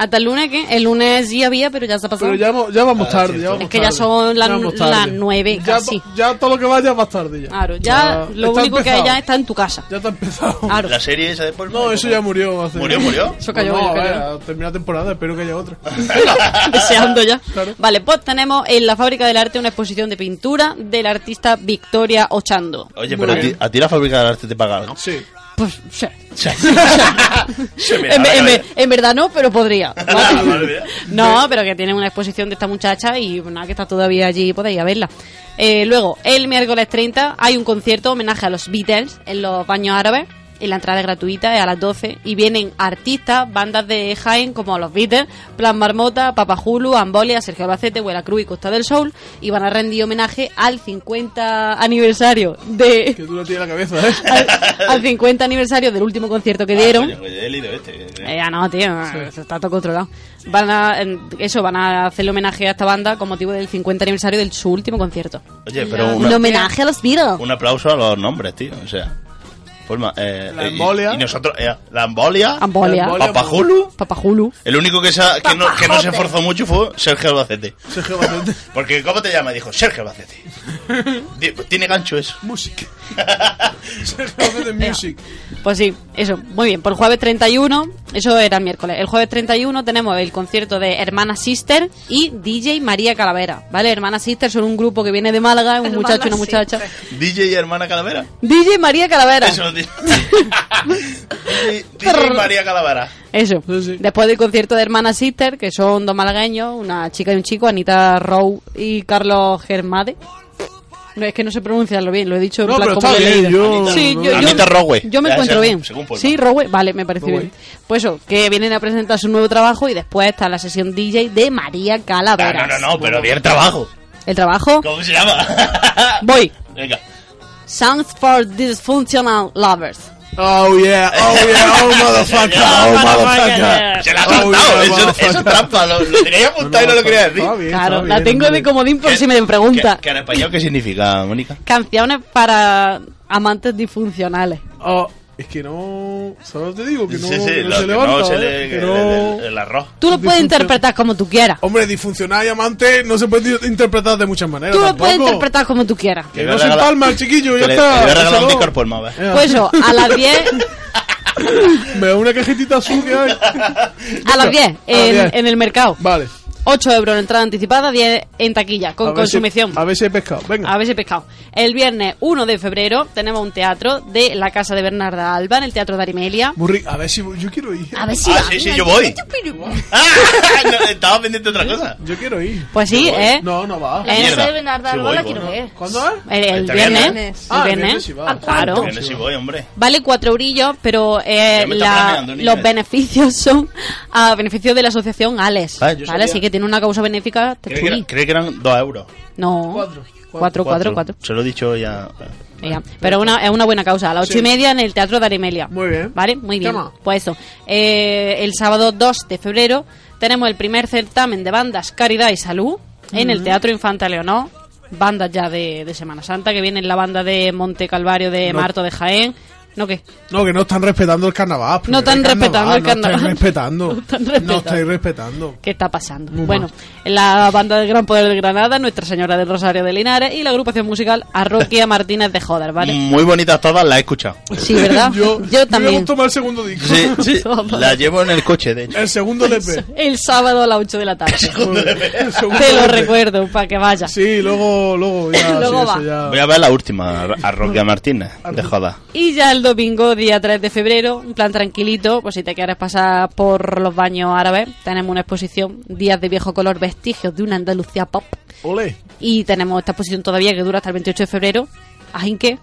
Hasta el lunes, que el lunes sí había, pero ya se ha pasado. Pero ya, mo- ya vamos tarde. ya vamos Es que ya tarde. son las- vamos tarde. las nueve, Ya, casi. to- ya todo lo que vaya más tarde ya. Claro, ya lo está único que hay empezado. ya está en tu casa. Ya está empezado. Claro. La serie esa de Paul No, Michael. eso ya murió. Hace... Pues ¿Murió, murió? Eso cayó, no, yo creo. vaya, termina la temporada, espero que haya otra. deseando ya. Claro. Vale, pues tenemos en la Fábrica del Arte una exposición de pintura del artista Victoria Ochando. Oye, Muy pero a ti, bien. a ti la fábrica de arte te paga, ¿no? Sí. Pues, sí. Se me da en, la en- cabeza. en verdad no, pero podría. Ah, vale, mira. no, pero que tiene una exposición de esta muchacha y nada, que está todavía allí, podéis ir a verla. Eh, luego, el miércoles 30 hay un concierto homenaje a los Beatles en los baños árabes. y la entrada es gratuita, es a las 12. Y vienen artistas, bandas de Jaén como los Beatles, Plan Marmota, Papajulu, Ambolia, Sergio Albacete, Huela Cruz y Costa del Sol. Y van a rendir homenaje al 50 aniversario de, Que tú lo tienes en la cabeza, ¿eh? al, al 50 aniversario del último concierto que dieron. Ah, coño, he leído este. Eh, ya no, tío, eso está todo controlado. Van a, en- eso, van a hacerle homenaje a esta banda con motivo del 50 aniversario de su último concierto. Oye, pero Un una, homenaje a los Beatles. un aplauso a los nombres, tío. O sea, forma. eh, La eh, y- embolia. Y, nosotros, eh, la embolia. Ambolia. Ambolia. pues, Papajulu. Papajulu. El único que, sa- que, no, que no se esforzó mucho fue Sergio Albacete. Sergio Bastante. Porque, ¿cómo te llamas? Dijo, Sergio Albacete. Di- Tiene gancho eso. Music. Sergio Bastante Music. Pues sí, eso, muy bien. Por el jueves 31, eso era el miércoles. El jueves 31 tenemos el concierto de Hermana Sister y DJ María Calavera. ¿Vale? Hermana Sister son un grupo que viene de Málaga, un Hermana muchacho y una muchacha. DJ y hermana Calavera. DJ María Calavera. Eso lo di- DJ, y María Calavera. Eso. Sí, sí. Después del concierto de Hermana Sister, que son dos malagueños, una chica y un chico, Anita Rowe y Carlos Germade. No, es que no sé pronunciarlo bien, lo he dicho en No, plan pero como está lo he bien, leído. yo- Sí, no, yo, no. yo- Anita Rowe. Yo me Ya, encuentro según- bien. según Puebla. sí, Rowe, vale, me parece Rowe. bien. Pues eso, que vienen a presentar su nuevo trabajo y después está la sesión DJ de María Ah, Calavera. no, no, no, pero di el trabajo. El trabajo, ¿Cómo se llama? voy. Venga. Sounds for Dysfunctional Lovers. Oh yeah, oh yeah, oh motherfucker, oh motherfucker. Se la ha Oh, saltado. yeah, Eso, motherfucker. eso es trampa. Lo, lo tenía apuntado y no lo quería decir. Está bien, está Claro, la bien, tengo está de bien. comodín por ¿Qué- si me pregunta. ¿Qué, qué en español qué significa, Mónica? Canciones para amantes disfuncionales. Oh, es que no. Solo te digo que no, que no lo se que levanta. no se ¿eh? le- Que el- no- el- el arroz. Tú lo puedes Disfunción- interpretar como tú quieras. Hombre, disfuncional y amante no se puede interpretar de muchas maneras. Tú lo tampoco. puedes interpretar como tú quieras. Que Le no voy a se regalar- palma el chiquillo, que ya le- está. Le voy a regalar un déjalo. disco por Mava. Eh, Pues eso, a las 10, Me da una cajetita azul que hay. a las 10 en, 10. en el mercado. Vale. 8 euros en entrada anticipada, 10 en taquilla, a con ver si- consumición. a ver si he pescado. Venga. A ver si he pescado. El viernes 1 de febrero tenemos un teatro de la casa de Bernarda Alba en el Teatro de Arimelia. Burri, a ver si yo quiero ir. A ver si Ah, va. sí, sí, yo voy. Ah, no, estaba pendiente de otra cosa. Yo quiero ir. Pues sí, ¿eh? No, no va. Eh, Esa Mierda. de Bernarda Sí Alba voy, la voy, quiero voy. ver. ¿Cuándo va? El, el Este viernes. viernes. El Ah, el viernes. viernes sí va. ¿A cuánto? Claro. Viene si voy, hombre. Vale 4 eurillos, pero eh, Ya me está la- planeando, niña. ¿eh? los beneficios son a beneficio de la asociación ALES. Ah, yo ¿vale? sabía. Así que tiene una causa benéfica. Te Creí que, era- chuli. creí que eran dos euros. No. Cuatro. Cuatro, cuatro, cuatro. Se lo he dicho ya. Mira, pero una, es una buena causa. A las ocho y media en el Teatro de Arimelia. Muy bien. ¿Vale? Muy bien. ¿Qué más? Pues eso. Eh, el sábado 2 de febrero tenemos el primer certamen de bandas Caridad y Salud en el Teatro Infanta Leonor. Bandas ya de, de Semana Santa, que vienen la banda de Monte Calvario de No. Marto de Jaén. ¿No qué? No, que no están respetando el carnaval. primero están el respetando el carnaval. No estáis respetando. No están respetando. No estáis respetando. ¿Qué está pasando? Muy bueno, la banda del Gran Poder de Granada, Nuestra Señora del Rosario de Linares y la agrupación musical Arroquia Martínez de Joder, ¿vale? Muy bonitas todas, las he escuchado. Sí, ¿verdad? Yo, yo Me voy también. a tomar el segundo disco. Sí, sí. las llevo en el coche, de hecho. El segundo LP. El sábado a las 8 de la tarde. El segundo Te lo LP. recuerdo, para que vaya. Sí, luego, luego, ya, Luego sí, eso va. Ah. ya. Voy a ver la última, a Roque Martínez, de joda. Y ya el domingo, día 3 de febrero, un plan tranquilito, pues si te quieres pasar por los baños árabes, tenemos una exposición, Días de Viejo Color, Vestigios de una Andalucía Pop. Ole. Y tenemos esta exposición todavía que dura hasta el 28 de febrero. Ajín que,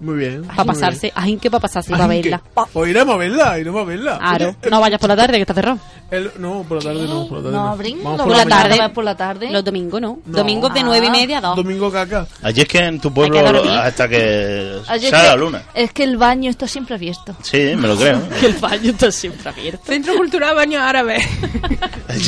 Muy bien. para pasarse, ajín que eh, para pasarse, para verla. Pues iremos a verla, iremos a verla. Claro, Oye, el- no vayas por la tarde que está cerrado. el- no, por la tarde no, por la tarde. No no. abren, Vamos no por la abren tarde. nada por la tarde. Los domingos no. No. Domingos de Ah. 9 y media a 2. Domingo caca. Allí es que en tu Hay que pueblo dormir. hasta que Oye, sale la que- luna. Es que el baño está siempre abierto. Sí, me lo creo. Que el baño está siempre abierto. Centro Cultural Baño Árabe.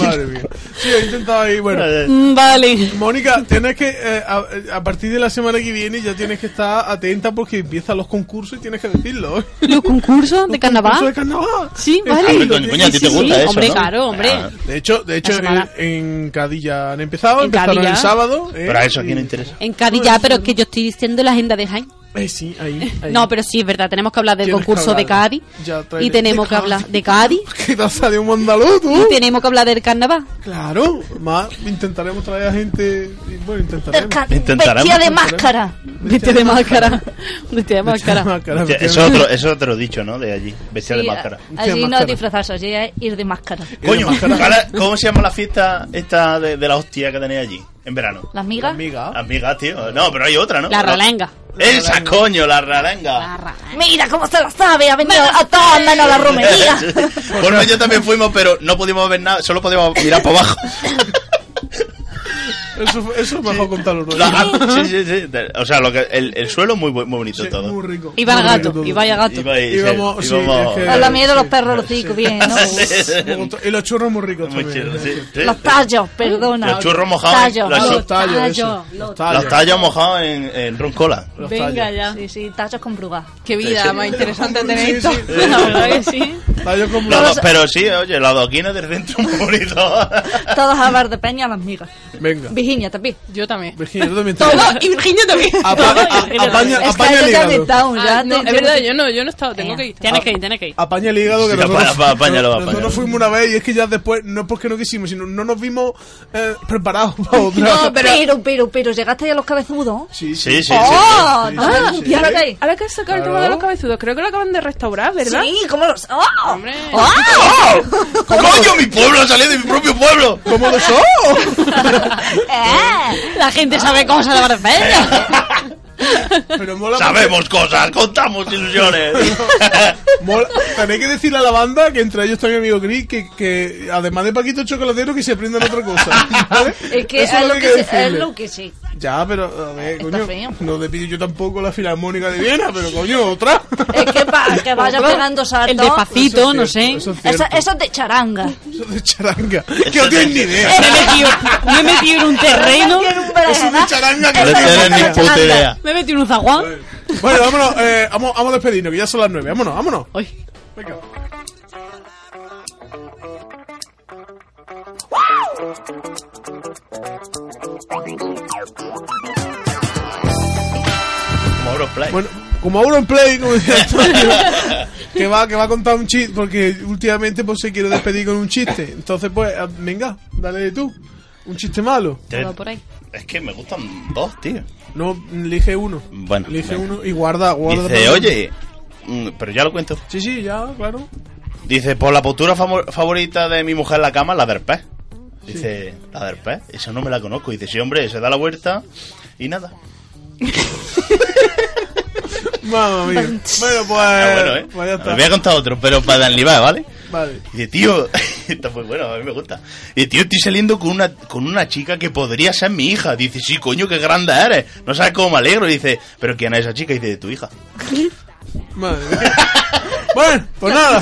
Madre mía. Sí, he intentado ahí, bueno. Mm, Vale. Mónica, tienes que, eh, a, a partir de la semana que viene ya tienes que estar atenta porque empiezan los concursos y tienes que decirlo. ¿eh? ¿Los concursos de Los carnaval? concursos de carnaval. Sí, Eh, vale. lo Ah, Coño, coño, a ti tienes- te sí, gusta sí, eso, hombre, ¿no? claro, hombre. Ah, De hecho, de hecho La en, semana. en Cadilla han empezado, En empezaron Cadilla. el sábado. eh, Pero a eso aquí no y- interesa. En Cádiz ya, pero es que yo estoy diciendo la agenda de Jaén. Eh, sí, ahí, ahí. No, pero sí, es verdad, tenemos que hablar del Tienes que concurso de hablar. Cádiz. Ya, traeré. este ¡Uh! Y tenemos De que hablar Cádiz. de Cádiz. ¿Qué taza de un mandalú, tú? Y tenemos que hablar del carnaval. Claro, más intentaremos traer a gente. y, Bueno, Del intentaremos. ca- Intentaremos. Vestida de máscara. Viste de máscara. Viste de máscara. Máscara, Hostia, Eso es otro, eso es otro dicho, ¿no? De allí, bestia de Sí, máscara. Vestida de Allí no máscara. disfrazarse, allí es ir de máscara. Y de Coño, máscara. ahora, ¿cómo se llama la fiesta esta de, de la hostia que tenéis allí? en verano. ¿Las migas? Amiga. Amigas, tío. No, pero hay otra, ¿no? La No. ralenga. Esa, coño, la ralenga. Mira cómo se la sabe, ha venido a todas menos a la romería. Por yo también fuimos, pero no pudimos ver nada, solo podíamos mirar para abajo. Eso, fue- eso es mejor contarlo. ¿no? La- ah, sí, sí, sí. O sea, lo que, el, el suelo muy, bu- muy bonito Sí, todo. muy rico. Iba el Muy rico gato, todo. iba el gato. Iba ahí, sí, Íbamos- sí, íbamos- es A la miedo los perros, los cinco, bien, ¿no? Como to- Y los churros muy ricos Muy también. chido, ¿eh? sí, sí. Los tallos, perdona. Los churros mojados, Tallos. los Los tallos, chu- tallos, eso. Los tallos. Los tallos mojados en, en ron cola. Los Venga tallos. ya. Sí, sí, tallos con brugas. Qué vida más interesante tener Sí, esto. sí, sí. La verdad que sí. Tallos con Los brujas. do- pero sí, oye, la adoquina del centro muy bonito. Todos a bar de peña, las migas. Venga. Virginia, también. Yo también. Virginia, tú también te Todo, y Virginia también. Apaña, a- apaña, Es que apaña el yo ya me he hígado. estado, ya. Ah, no, te- es verdad, yo no, yo no he estado, tengo Venga. que ir. Tienes que ir, tienes que ir. Apaña el hígado que Sí, nosotros, apa- apa- apáñalo, nosotros apáñalo. no fuimos una vez y es que ya después, no es porque no quisimos, sino no nos vimos eh, preparados para otra. pero... pero, pero, llegaste ya a los cabezudos. Sí, Sí, sí, sí. ¡Oh! sí, ah, sí, sí. ¿Y ahora qué hay? Ahora que has sacado el tema de los cabezudos, creo que lo acaban de restaurar, ¿verdad? Sí, ¿cómo los...? ¡Oh! Hombre. ¡Oh! ¡Coño, mi pueblo! ¡Salí de mi propio pueblo! ¿Cómo lo son? ¡Eh! La gente sabe cómo se la barbeña. Pero mola Sabemos cosas, contamos ilusiones. Mola- También hay que decirle a la banda que entre ellos está mi amigo Gris que, que además de Paquito Chocolatero que se aprendan otra cosa. ¿vale? Es que Eso es lo hay que, se- es decirle. lo que sí. Ya, pero a ver, Está coño, feo. no te pido yo tampoco la filarmónica de Viena, pero coño, otra. Es que para que vaya pegando El saltos. Eso despacito, es no sé. cierto, Eso es Eso, cierto. eso es de charanga. Eso de charanga. Que no tienes ni idea. Me he metido, me he metido en un terreno. Tiene un Eso es de berenjenal. charanga. No que- tienes ni puta idea. Me he metido en un zaguán. Bueno, vámonos, eh, vamos, vamos a despedirnos, que ya son las nueve. Vámonos, vámonos. Uy. Venga. Moro Play. Bueno, como ahora en play, como decía Antonio, que va, que va a contar un chiste, porque últimamente pues se quiere despedir con un chiste. Entonces, pues, ah, venga, dale tú. Un chiste malo. Te- Va por ahí. Es que me gustan dos, tío. No, elige uno. Bueno, Elige venga. uno y guarda, guarda. Dice, para- oye, mm, pero ya lo cuento. Sí, sí, ya, claro. Dice, por la postura famo- favorita de mi mujer en la cama, la del pez. Dice, la del pez, esa no me la conozco. Dice, sí, hombre, se da la vuelta y nada. Mamma mía. Bueno, pues. Ah, bueno, ¿eh? pues ya Os está. voy a contar otro, pero para Danlibar, ¿vale? Vale. Dice, tío, está muy bueno, a mí me gusta. Dice, tío, estoy saliendo con una, con una chica que podría ser mi hija. Dice, sí, coño, qué grande eres. No sabes cómo me alegro. Dice, pero ¿quién es esa chica? Dice, tu hija. Madre mía. bueno, pues nada.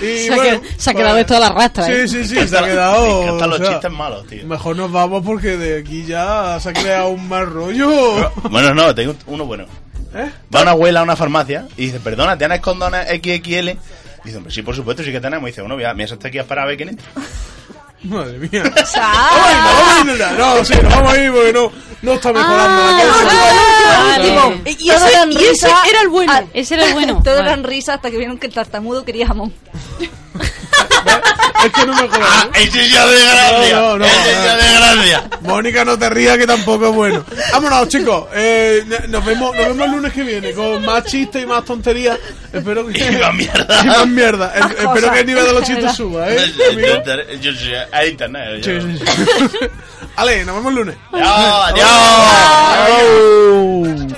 Y Se ha bueno, pues, qued- se ha quedado esto a la rastra, ¿eh? Sí, sí, sí, se ha Me quedado. encantan los o sea, chistes malos, tío. Mejor nos vamos porque de aquí ya se ha creado un mal rollo. Bueno, no, tengo uno bueno. ¿Eh? Va una abuela a una farmacia y dice, perdona, ¿tienes condones XXL? Dice, hombre, sí, por supuesto, sí que tenemos. Y dice, bueno, mira, mira, está aquí a esperar a ver quién entra. Madre mía. Vamos a ir, vamos a Ah. ir, No, sí, nos vamos a ir porque no, no está Ah. mejorando la cosa. Vale. Y ese, era el bueno. Ah, Ese era el bueno. Todos Vale. eran risas hasta que vieron que el tartamudo quería jamón. Es que no mejora. ¡Ah, ese ya de No, gracia! no, no, ¡Ese no. ya de gracia! Mónica, no te rías que tampoco es bueno. Vámonos, chicos. Eh, n- nos, vemos, nos vemos el lunes que viene con más chistes y más tonterías. Espero que. Y más mierda. Y más mierda. Es- espero cosas, que el nivel de los en chistes general. suba, Yo, ¿eh? yo, amigo? yo, yo, yo, a internet. yo- Sí, sí, sí. Ale, nos vemos el lunes. ¡Adiós! ¡Adiós! Chao.